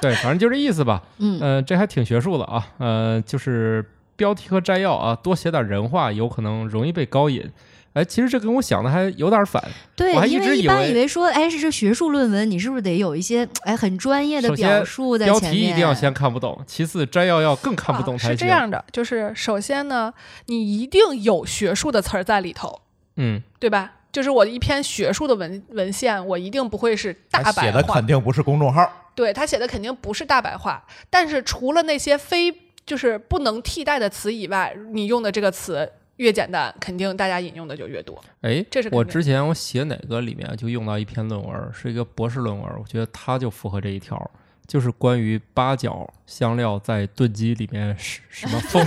Speaker 1: 对，反正就这意思吧。
Speaker 2: 嗯，
Speaker 1: 呃，这还挺学术的啊。呃，就是标题和摘要啊，多写点人话，有可能容易被高引。哎，其实这跟我想的还有点反。
Speaker 2: 对
Speaker 1: 我还，一
Speaker 2: 因
Speaker 1: 直
Speaker 2: 为一
Speaker 1: 以
Speaker 2: 般
Speaker 1: 为
Speaker 2: 以为说，哎，是这学术论文，你是不是得有一些哎很专业的
Speaker 1: 首先
Speaker 2: 表述在
Speaker 1: 标
Speaker 2: 前
Speaker 1: 题一
Speaker 2: 面？
Speaker 1: 定要先看不懂，其次摘要要更看不懂
Speaker 3: 啊
Speaker 1: 才行。
Speaker 3: 是这样的，就是首先呢，你一定有学术的词儿在里头，
Speaker 1: 嗯，
Speaker 3: 对吧？就是我一篇学术的文文献，我一定不会是大
Speaker 4: 它
Speaker 3: 白
Speaker 4: 写的
Speaker 3: 话
Speaker 4: 肯，定不是公众号。。
Speaker 3: 对他写的肯定不是大白话。但是除了那些非就是不能替代的词以外，你用的这个词越简单，肯定大家引用的就越多。
Speaker 1: 哎，
Speaker 3: 这是肯
Speaker 1: 我
Speaker 3: 定
Speaker 1: 之前我写哪个里面就用到一篇论文，是一个博士论文，我觉得它就符合这一条，就是关于八角香料在炖鸡里面什什么 风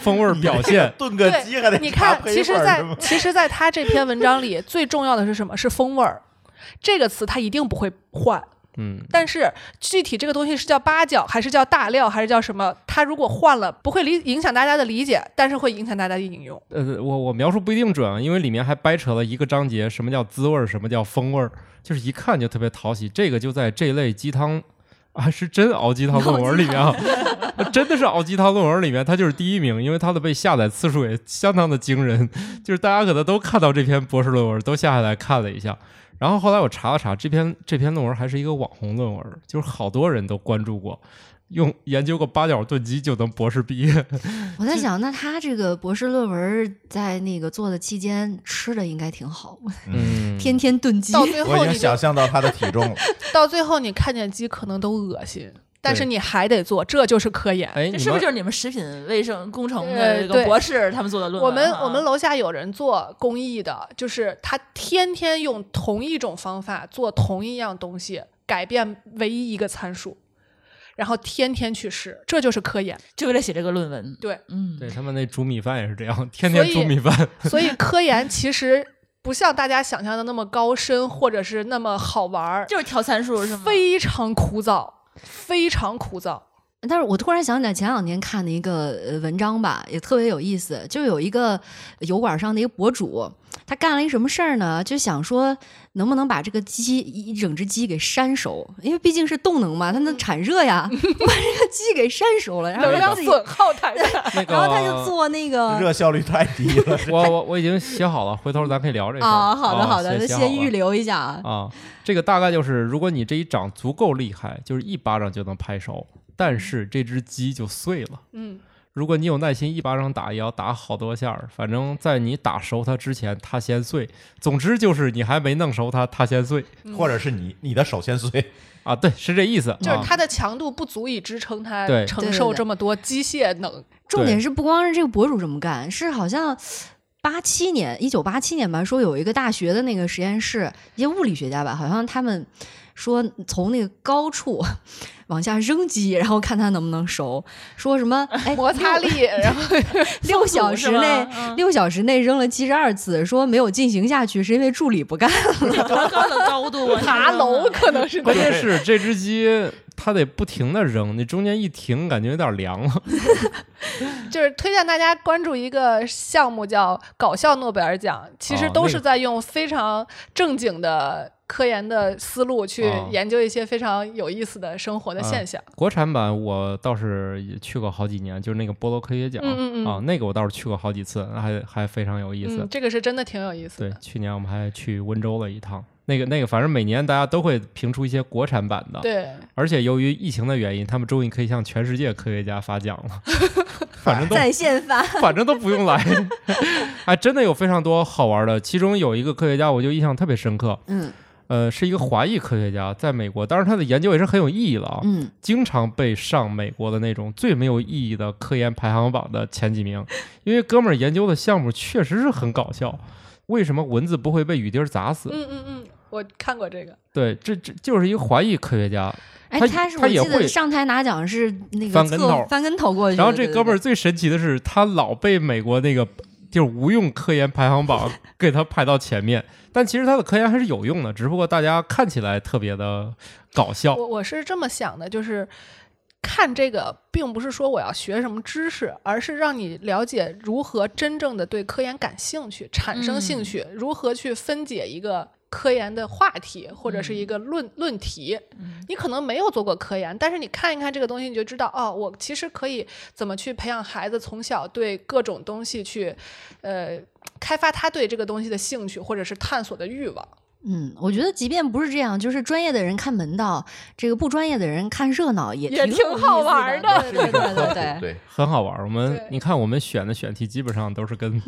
Speaker 1: 风味儿表现
Speaker 4: 炖个
Speaker 3: 对
Speaker 4: 鸡还得
Speaker 3: 你
Speaker 4: 查
Speaker 3: 看，
Speaker 4: 配
Speaker 3: 其实
Speaker 4: 方儿
Speaker 3: 在
Speaker 4: 是 吗，
Speaker 3: 其实，在他这篇文章里，最重要的是什么？是风味儿。这个词他一定不会换，
Speaker 1: 嗯，
Speaker 3: 但是具体这个东西是叫八角，还是叫大料，还是叫什么？他如果换了，不会理影响大家的理解，但是会影响大家的引用。
Speaker 1: 呃，我我描述不一定准，啊，因为里面还掰扯了一个章节，什么叫滋味儿，什么叫风味儿，就是一看就特别讨喜。这个就在这类鸡汤啊，是真熬鸡汤论文里面啊， 真的是熬鸡汤论文里面，它就是第一名，因为它的被下载次数也相当的惊人，就是大家可能都看到这篇博士论文，都下下来看了一下。然后后来我查了查，这篇这篇论文还是一个网红论文，就是好多人都关注过，用研究个八角炖鸡就能博士毕业。
Speaker 2: 我在想，那他这个博士论文在那个做的期间吃的应该挺好，
Speaker 1: 嗯，
Speaker 2: 天天炖鸡，
Speaker 3: 到最后
Speaker 4: 我已经
Speaker 3: 你就
Speaker 4: 想象到他的体重 了。
Speaker 3: 到最后你看见鸡可能都恶心，但是你还得做，这就是科研。
Speaker 1: 哎，你
Speaker 6: 这
Speaker 1: 们
Speaker 6: 是不是就是你们食品卫生工程
Speaker 3: 呃
Speaker 6: 的这
Speaker 3: 对
Speaker 6: 个博士他们做的论
Speaker 3: 我
Speaker 6: 文
Speaker 3: 们
Speaker 6: 哈？
Speaker 3: 我们楼下有人做公益的，就是他天天用同一种方法做同一样东西，改变唯一一个参数，然后天天去试，这就是科研。
Speaker 6: 就为了写这个论文，
Speaker 3: 对，
Speaker 6: 嗯，
Speaker 1: 对他们那煮米饭也是这样，天
Speaker 3: 所
Speaker 1: 天煮
Speaker 3: 以
Speaker 1: 米 饭。
Speaker 3: 所以科研其实不像大家想象的那么高深，或者是那么好玩儿，
Speaker 6: 就是调参数是吗？
Speaker 3: 非常枯燥，非常枯燥。
Speaker 2: 但是我突然想起来前两年看的一个呃文章吧，也特别有意思，就有一个油管上的一个博主，他干了一什么事儿呢？就想说能不能把这个鸡一一整只鸡给扇熟，因为毕竟是动能嘛，它能产热呀， 把这个鸡给扇熟了，然后
Speaker 3: 嗯能
Speaker 2: 让
Speaker 3: 量
Speaker 2: 自己，
Speaker 3: 损耗太 大，
Speaker 1: 那个，
Speaker 2: 然后他就做那个
Speaker 3: 嗯
Speaker 4: 热效率太低了。
Speaker 1: 我我我已经写好了，回头咱可以聊这个。
Speaker 2: 啊，好的好的，
Speaker 1: 写
Speaker 2: 那
Speaker 1: 写
Speaker 2: 先
Speaker 1: 好
Speaker 2: 预
Speaker 1: 了
Speaker 2: 留一下啊。
Speaker 1: 啊。这个大概就是，如果你这一掌足够厉害，就是一巴掌就能拍熟，但是这只鸡就碎了。
Speaker 3: 嗯，
Speaker 1: 如果你有耐心，一巴掌打也要打好多下儿。反正，在你打熟它之前，它先碎。总之就是你还没弄熟它，它先碎
Speaker 3: 嗯
Speaker 4: 或者是你你的手 先碎，
Speaker 1: 啊。对，是这意思。
Speaker 3: 就是
Speaker 1: 啊
Speaker 3: 它的强度不足以支撑它
Speaker 1: 对
Speaker 3: 承
Speaker 2: 对
Speaker 3: 受
Speaker 2: 对对
Speaker 3: 这么多机械能。
Speaker 2: 重点
Speaker 1: 对
Speaker 2: 是不光是这个博主这么干，是好像八七年，一九八七年吧，说有一个大学的那个实验室，一些物理学家吧，好像他们说从那个高处 往下扔鸡，然后看它能不能熟，说什 么哎
Speaker 3: 摩擦
Speaker 2: 六
Speaker 3: 力，然后
Speaker 2: 六小时内。
Speaker 6: 嗯
Speaker 2: 六小时内扔了七十二次，说没有进行下去，是因为助理不干。
Speaker 6: 多高的高度啊，
Speaker 3: 爬
Speaker 6: 你知道吗
Speaker 3: 楼可能是
Speaker 1: 关键是这只鸡它得不停的扔，你中间一停，感觉有点凉了。
Speaker 3: 就是 推荐大家关注一个项目叫“搞笑诺贝尔奖”，其实
Speaker 1: 哦
Speaker 3: 都
Speaker 1: 那
Speaker 3: 是
Speaker 1: 个
Speaker 3: 在用非常正经的科研的思路去
Speaker 1: 哦
Speaker 3: 研究一些非常有意思的生活的
Speaker 1: 嗯
Speaker 3: 现象。
Speaker 1: 国产版我倒是也去过好几年，就是那个波罗科学奖
Speaker 3: 嗯嗯嗯
Speaker 1: 啊，那个我倒是去过好几次，还还非常有意思。
Speaker 3: 嗯，这个是真的挺有意思
Speaker 1: 对
Speaker 3: 的，。
Speaker 1: 去年我们还去温州了一趟。那个那个，反正每年大家都会评出一些国产版的，
Speaker 3: 对，
Speaker 1: 而且由于疫情的原因，他们终于可以向全世界科学家发奖了， 反正都
Speaker 2: 在线发，
Speaker 1: 反正都不用来， 哎，真的有非常多好玩的。其中有一个科学家，我就印象特别深刻，
Speaker 2: 嗯
Speaker 1: 呃，是一个华裔科学家，在美国，当然他的研究也是很有意义了啊，
Speaker 2: 嗯，
Speaker 1: 经常被上美国的那种最没有意义的科研排行榜的前几名，因为哥们儿研究的项目确实是很搞笑。为什么蚊子不会被雨滴儿砸死？
Speaker 3: 嗯嗯嗯，我看过这个，
Speaker 1: 对，这这就是一个华裔科学家，
Speaker 2: 哎，
Speaker 1: 他
Speaker 2: 他是
Speaker 1: 他
Speaker 2: 我记
Speaker 1: 也会
Speaker 2: 得上台拿奖是那个
Speaker 1: 翻跟
Speaker 2: 侧
Speaker 1: 头
Speaker 2: 翻跟头过去的，
Speaker 1: 然后这
Speaker 2: 对
Speaker 1: 哥们儿
Speaker 2: 对
Speaker 1: 最神奇的是，他老被美国那个就是无用科研排行榜给他排到前面，但其实他的科研还是有用的，只不过大家看起来特别的搞笑。
Speaker 3: 我我是这么想的，就是看这个，并不是说我要学什么知识，而是让你了解如何真正的对科研感兴趣，产生兴趣，如何去分解一个。科研的话题或者是一个论、论题，你可能没有做过科研，但是你看一看这个东西，你就知道哦，我其实可以怎么去培养孩子从小对各种东西去，呃，开发他对这个东西的兴趣或者是探索的欲望。
Speaker 2: 嗯，我觉得即便不是这样，就是专业的人看门道，这个不专业的人看热闹也
Speaker 3: 也
Speaker 2: 挺
Speaker 3: 挺
Speaker 2: 有意
Speaker 3: 好
Speaker 2: 思
Speaker 3: 玩
Speaker 2: 的，
Speaker 3: 儿
Speaker 2: 对
Speaker 3: 的
Speaker 2: 对对 对
Speaker 4: 对
Speaker 2: 对。
Speaker 1: 很好玩儿，我们
Speaker 3: 对
Speaker 1: 你看我们选的选题基本上都是跟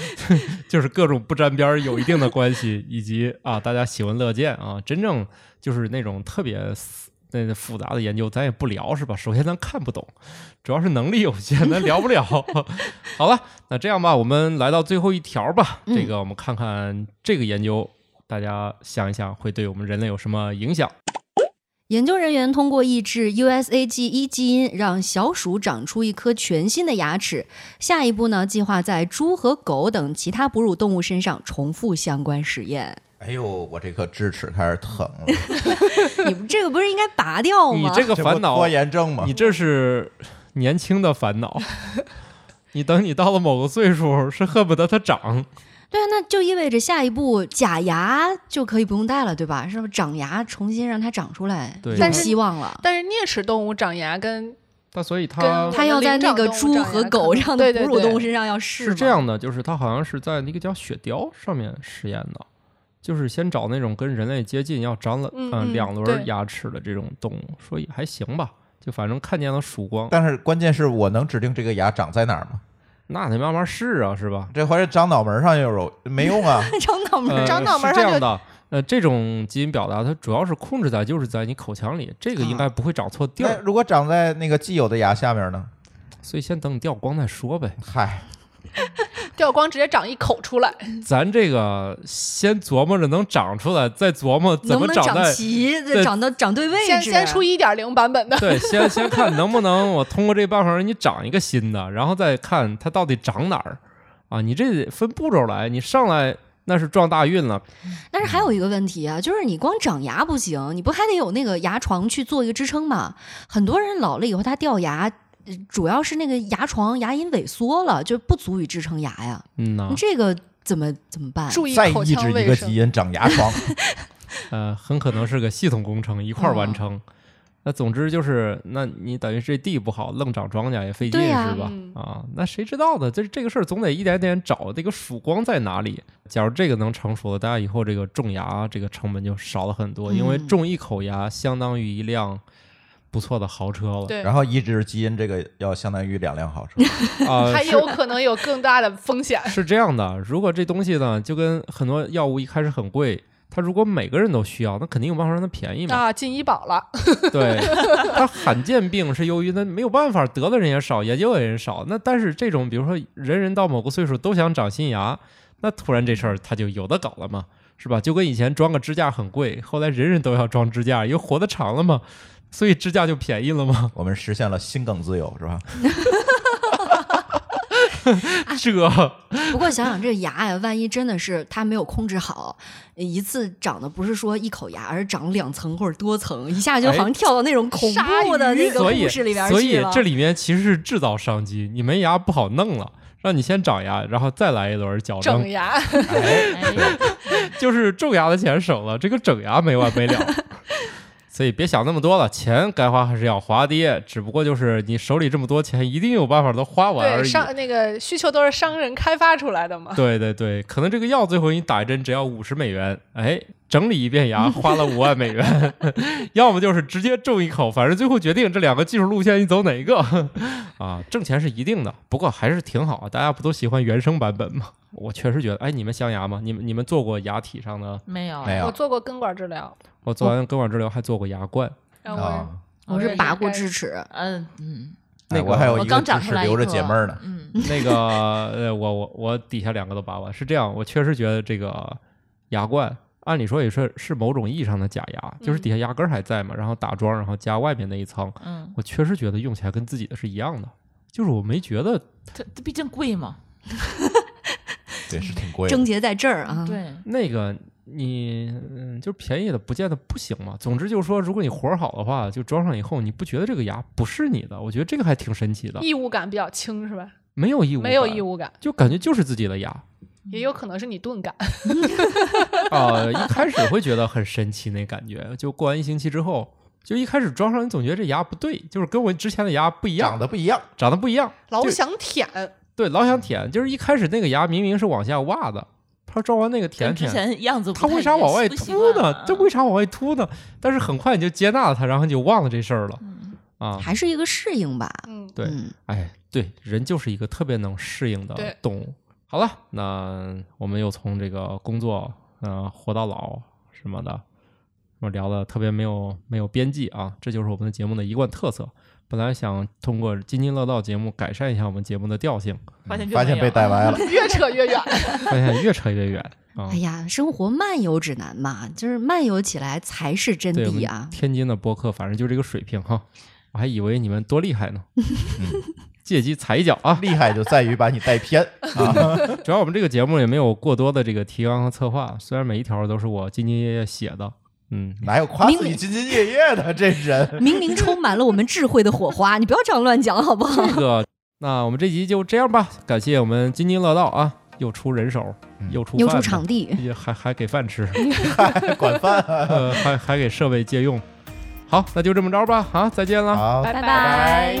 Speaker 1: 就是各种不沾边儿有一定的关系，以及啊大家喜闻乐见啊，真正就是那种特别死那个复杂的研究咱也不聊是吧？首先咱看不懂，主要是能力有限，咱聊不了。 好了，那这样吧，我们来到最后一条吧，
Speaker 2: 嗯
Speaker 1: 这个我们看看这个研究。大家想一想，会对我们人类有什么影响？
Speaker 2: 研究人员通过抑制 USAG 一基因，让小鼠长出一颗全新的牙齿。下一步呢，计划在猪和狗等其他哺乳动物身上重复相关实验。
Speaker 4: 哎呦，我这颗智齿开始疼了，
Speaker 2: 你不这个不是应该拔掉
Speaker 1: 你
Speaker 2: 吗？
Speaker 1: 这个
Speaker 4: 这不
Speaker 1: 烦恼，
Speaker 4: 拖延症嘛
Speaker 1: 你，这是年轻的烦 恼。你等你到了某个岁数，是恨不得它长。
Speaker 2: 对啊，那就意味着下一步假牙就可以不用戴了，对吧？是不是长牙重新让它长出来，
Speaker 1: 对
Speaker 2: 有
Speaker 1: 但
Speaker 3: 是
Speaker 2: 希望了。
Speaker 3: 但是啮齿动物长牙跟
Speaker 1: 但所以它
Speaker 3: 跟
Speaker 2: 它要在那个猪和狗这样的
Speaker 3: 对对
Speaker 2: 哺乳
Speaker 3: 对
Speaker 2: 动物身上要试
Speaker 1: 是这
Speaker 2: 吗，
Speaker 1: 样的，就是它好像是在那个叫雪貂上面实验的，就是先找那种跟人类接近、要长了
Speaker 3: 嗯
Speaker 1: 呃
Speaker 3: 嗯
Speaker 1: 两
Speaker 3: 对
Speaker 1: 轮牙齿的这种动物，所以还行吧。就反正看见了曙光，
Speaker 4: 但是关键是我能指定这个牙长在哪儿吗？
Speaker 1: 那得慢慢试啊，是吧？
Speaker 4: 这回是长脑门上又有没用啊？
Speaker 2: 长脑门儿
Speaker 1: 呃
Speaker 3: 长脑门儿
Speaker 1: 是这
Speaker 3: 它
Speaker 1: 样
Speaker 3: 就
Speaker 1: 的。呃，这种基因表达它主要是控制在就是在你口腔里，这个
Speaker 3: 嗯
Speaker 1: 应该不会长错地
Speaker 3: 哎
Speaker 4: 那
Speaker 1: 儿，
Speaker 4: 如果长在那个既有的牙下面呢？
Speaker 1: 所以先等你掉光再说呗。
Speaker 4: 嗨，
Speaker 3: 掉光直接长一口出来，
Speaker 1: 咱这个先琢磨着能长出来，再琢磨怎
Speaker 2: 能不
Speaker 1: 么
Speaker 2: 能
Speaker 1: 长
Speaker 2: 长
Speaker 1: 在。
Speaker 2: 齐，
Speaker 1: 在
Speaker 2: 长到长对位
Speaker 3: 先
Speaker 2: 置？啊
Speaker 3: 先出一点零版本的，
Speaker 1: 对，先先看能不能我通过这办法让你长一个新的，然后再看它到底长哪儿啊？你这得分步骤来，你上来那是撞大运了，
Speaker 2: 但是还有一个问题啊，就是你光长牙不行，你不还得有那个牙床去做一个支撑吗？很多人老了以后他掉牙，呃主要是那个牙床牙龈萎缩了，就不足以支撑牙呀。
Speaker 1: 嗯呐
Speaker 2: 你，这个怎么怎么办？啊
Speaker 3: 注意
Speaker 4: 再
Speaker 3: 口
Speaker 4: 抑
Speaker 3: 腔
Speaker 4: 制一
Speaker 3: 卫
Speaker 4: 个
Speaker 3: 生
Speaker 4: 基。因长牙床，
Speaker 1: 呃，很可能是个系统工程一块儿完
Speaker 2: 嗯
Speaker 1: 成。那总之就是，那你等于这地不好，愣长庄稼也费劲、
Speaker 2: 对呀
Speaker 1: 是吧？
Speaker 3: 嗯
Speaker 1: 啊，那谁知道呢？这这个事儿总得一点点找这个曙光在哪里。假如这个能成熟了，大家以后这个种牙这个成本就少了很多，因为
Speaker 2: 嗯
Speaker 1: 种一口牙相当于一辆不错的豪车了。
Speaker 3: 对
Speaker 4: 然后移植基因这个要相当于两辆好车，
Speaker 1: 啊、
Speaker 3: 还
Speaker 1: 是。
Speaker 3: 有可能有更大的风险
Speaker 1: 是这样的，如果这东西呢，就跟很多药物一开始很贵，它如果每个人都需要，那肯定有办法让它便宜嘛。
Speaker 3: 啊，进医保了，
Speaker 1: 对，它罕见病是由于它没有办法得的人也少，研究的人少。那但是这种，比如说人人到某个岁数都想长新牙，那突然这事儿它就有的搞了嘛，是吧？就跟以前装个支架很贵，后来人人都要装支架，因为活得长了嘛，所以支架就便宜了嘛。
Speaker 4: 我们实现了心梗自由，是吧？
Speaker 1: 这
Speaker 2: 不过想想这牙呀，万一真的是它没有控制好，一次长的不是说一口牙，而是长两层或者多层，一下就好像跳到那种恐怖的那个
Speaker 1: 哎所以
Speaker 2: 故事里边
Speaker 1: 所
Speaker 2: 去
Speaker 1: 以
Speaker 2: 了。
Speaker 1: 这里面其实是制造商机，你门牙不好弄了。让你先长牙，然后再来一轮矫
Speaker 3: 整
Speaker 1: 正，
Speaker 3: 牙。
Speaker 4: 哎，
Speaker 6: 哎
Speaker 1: 就是种牙的钱省了，这个整牙没完没了。所以别想那么多了，钱该花还是要花的，只不过就是你手里这么多钱，一定有办法都花完而
Speaker 3: 对，
Speaker 1: 已。
Speaker 3: 商那个需求都是商人开发出来的嘛。
Speaker 1: 对对对，可能这个药最后给你打一针只要五十美元，哎，整理一遍牙花了五万美元，要么就是直接种一口，反正最后决定这两个技术路线你走哪一个 啊，挣钱是一定的，不过还是挺好，大家不都喜欢原声版本吗？我确实觉得，哎，你们镶牙吗？你们你们做过牙体上的？
Speaker 6: 哎没有
Speaker 4: 没有
Speaker 3: 我做过根管治疗，
Speaker 1: 我做完根管治疗还做过牙冠，
Speaker 3: 然后
Speaker 4: 啊，
Speaker 2: 我是拔过智齿，
Speaker 6: 嗯嗯，
Speaker 1: 那
Speaker 4: 哎
Speaker 1: 个
Speaker 4: 我还有
Speaker 6: 我
Speaker 4: 一个
Speaker 6: 刚长
Speaker 4: 知
Speaker 6: 出
Speaker 4: 识
Speaker 6: 来一
Speaker 4: 留着
Speaker 6: 个
Speaker 4: 解闷儿呢。
Speaker 6: 嗯，
Speaker 1: 那个呃，我我我底下两个都拔完，是这样，我确实觉得这个牙冠，按理说也是是某种意义上的假牙，就是底下牙根儿还在嘛，然后打桩，然后加外面那一层，
Speaker 6: 嗯，
Speaker 1: 我确实觉得用起来跟自己的是一样的，就是我没觉得
Speaker 6: 这这毕竟贵嘛，
Speaker 4: 对，是挺贵的。
Speaker 2: 症结在这儿啊。
Speaker 6: 对，
Speaker 1: 那个你嗯，就便宜的不见得不行嘛。总之就是说，如果你活儿好的话，就装上以后，你不觉得这个牙不是你的，我觉得这个还挺神奇的，
Speaker 3: 异物感比较轻是吧？
Speaker 1: 没有义务，
Speaker 3: 没有异，物感，
Speaker 1: 就啊感觉就是自己的牙。
Speaker 3: 也有可能是你钝感。
Speaker 1: 啊，一开始会觉得很神奇那感觉，就过完一星期之后，就一开始装上，你总觉得这牙不对，就是跟我之前的牙不一
Speaker 4: 长
Speaker 1: 样，
Speaker 4: 得不一样，
Speaker 1: 长得不一样，
Speaker 3: 老
Speaker 1: 就
Speaker 3: 想舔，
Speaker 1: 对，老想舔，就是一开始那个牙明明是往下挖的，他装完那个舔
Speaker 6: 跟之
Speaker 1: 舔，
Speaker 6: 前样子不
Speaker 1: 他
Speaker 6: 太
Speaker 1: 为
Speaker 6: 一
Speaker 1: 啥
Speaker 6: 样
Speaker 1: 往外
Speaker 6: 不啊习
Speaker 1: 凸
Speaker 6: 惯
Speaker 1: 呢
Speaker 6: 了？
Speaker 1: 这为啥往外凸呢？但是很快你就接纳了它，然后你就忘了这事儿了
Speaker 6: 嗯
Speaker 1: 啊。
Speaker 2: 还是一个适应吧。
Speaker 3: 嗯，
Speaker 1: 对
Speaker 2: 嗯
Speaker 1: 哎，对，人就是一个特别能适应的
Speaker 3: 对
Speaker 1: 动物。好了，那我们又从这个工作，嗯、活到老什么的，我聊的特别没有没有边际啊，这就是我们的节目的一贯特色。本来想通过津津乐道节目改善一下我们节目的调性，
Speaker 6: 发现并
Speaker 4: 发现
Speaker 6: 没
Speaker 4: 被
Speaker 6: 有
Speaker 4: 带歪了。
Speaker 3: 越扯越远。
Speaker 1: 发现越扯越远啊
Speaker 2: 哎。呀，生活漫游指南嘛，就是漫游起来才是真
Speaker 1: 对我
Speaker 2: 谛
Speaker 1: 们
Speaker 2: 啊！
Speaker 1: 天津的播客，反正就这个水平哈，我还以为你们多厉害 呢，嗯借机踩一脚啊！
Speaker 4: 厉害就在于把你带偏啊！
Speaker 1: 主要我们这个节目也没有过多的这个提纲和策划，虽然每一条都是我兢兢业业写的，嗯，
Speaker 4: 哪有夸自己兢兢业业的这 人？
Speaker 2: 明明充满了我们智慧的火花，你不要这样乱讲好不 好？
Speaker 1: 这个，那我们这集就这样吧，感谢我们津津乐道啊，又出人手，
Speaker 4: 嗯
Speaker 1: 又出
Speaker 2: 又
Speaker 1: 饭
Speaker 2: 出
Speaker 1: 的
Speaker 2: 场地，
Speaker 1: 也还还给饭吃，
Speaker 4: 还管饭啊、
Speaker 1: 呃，还 还给设备借用。好，那就这么着吧，啊，再见啦。
Speaker 4: 好，
Speaker 3: 拜
Speaker 2: 拜。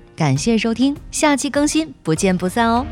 Speaker 2: 感谢收听，下期更新，不见不散哦。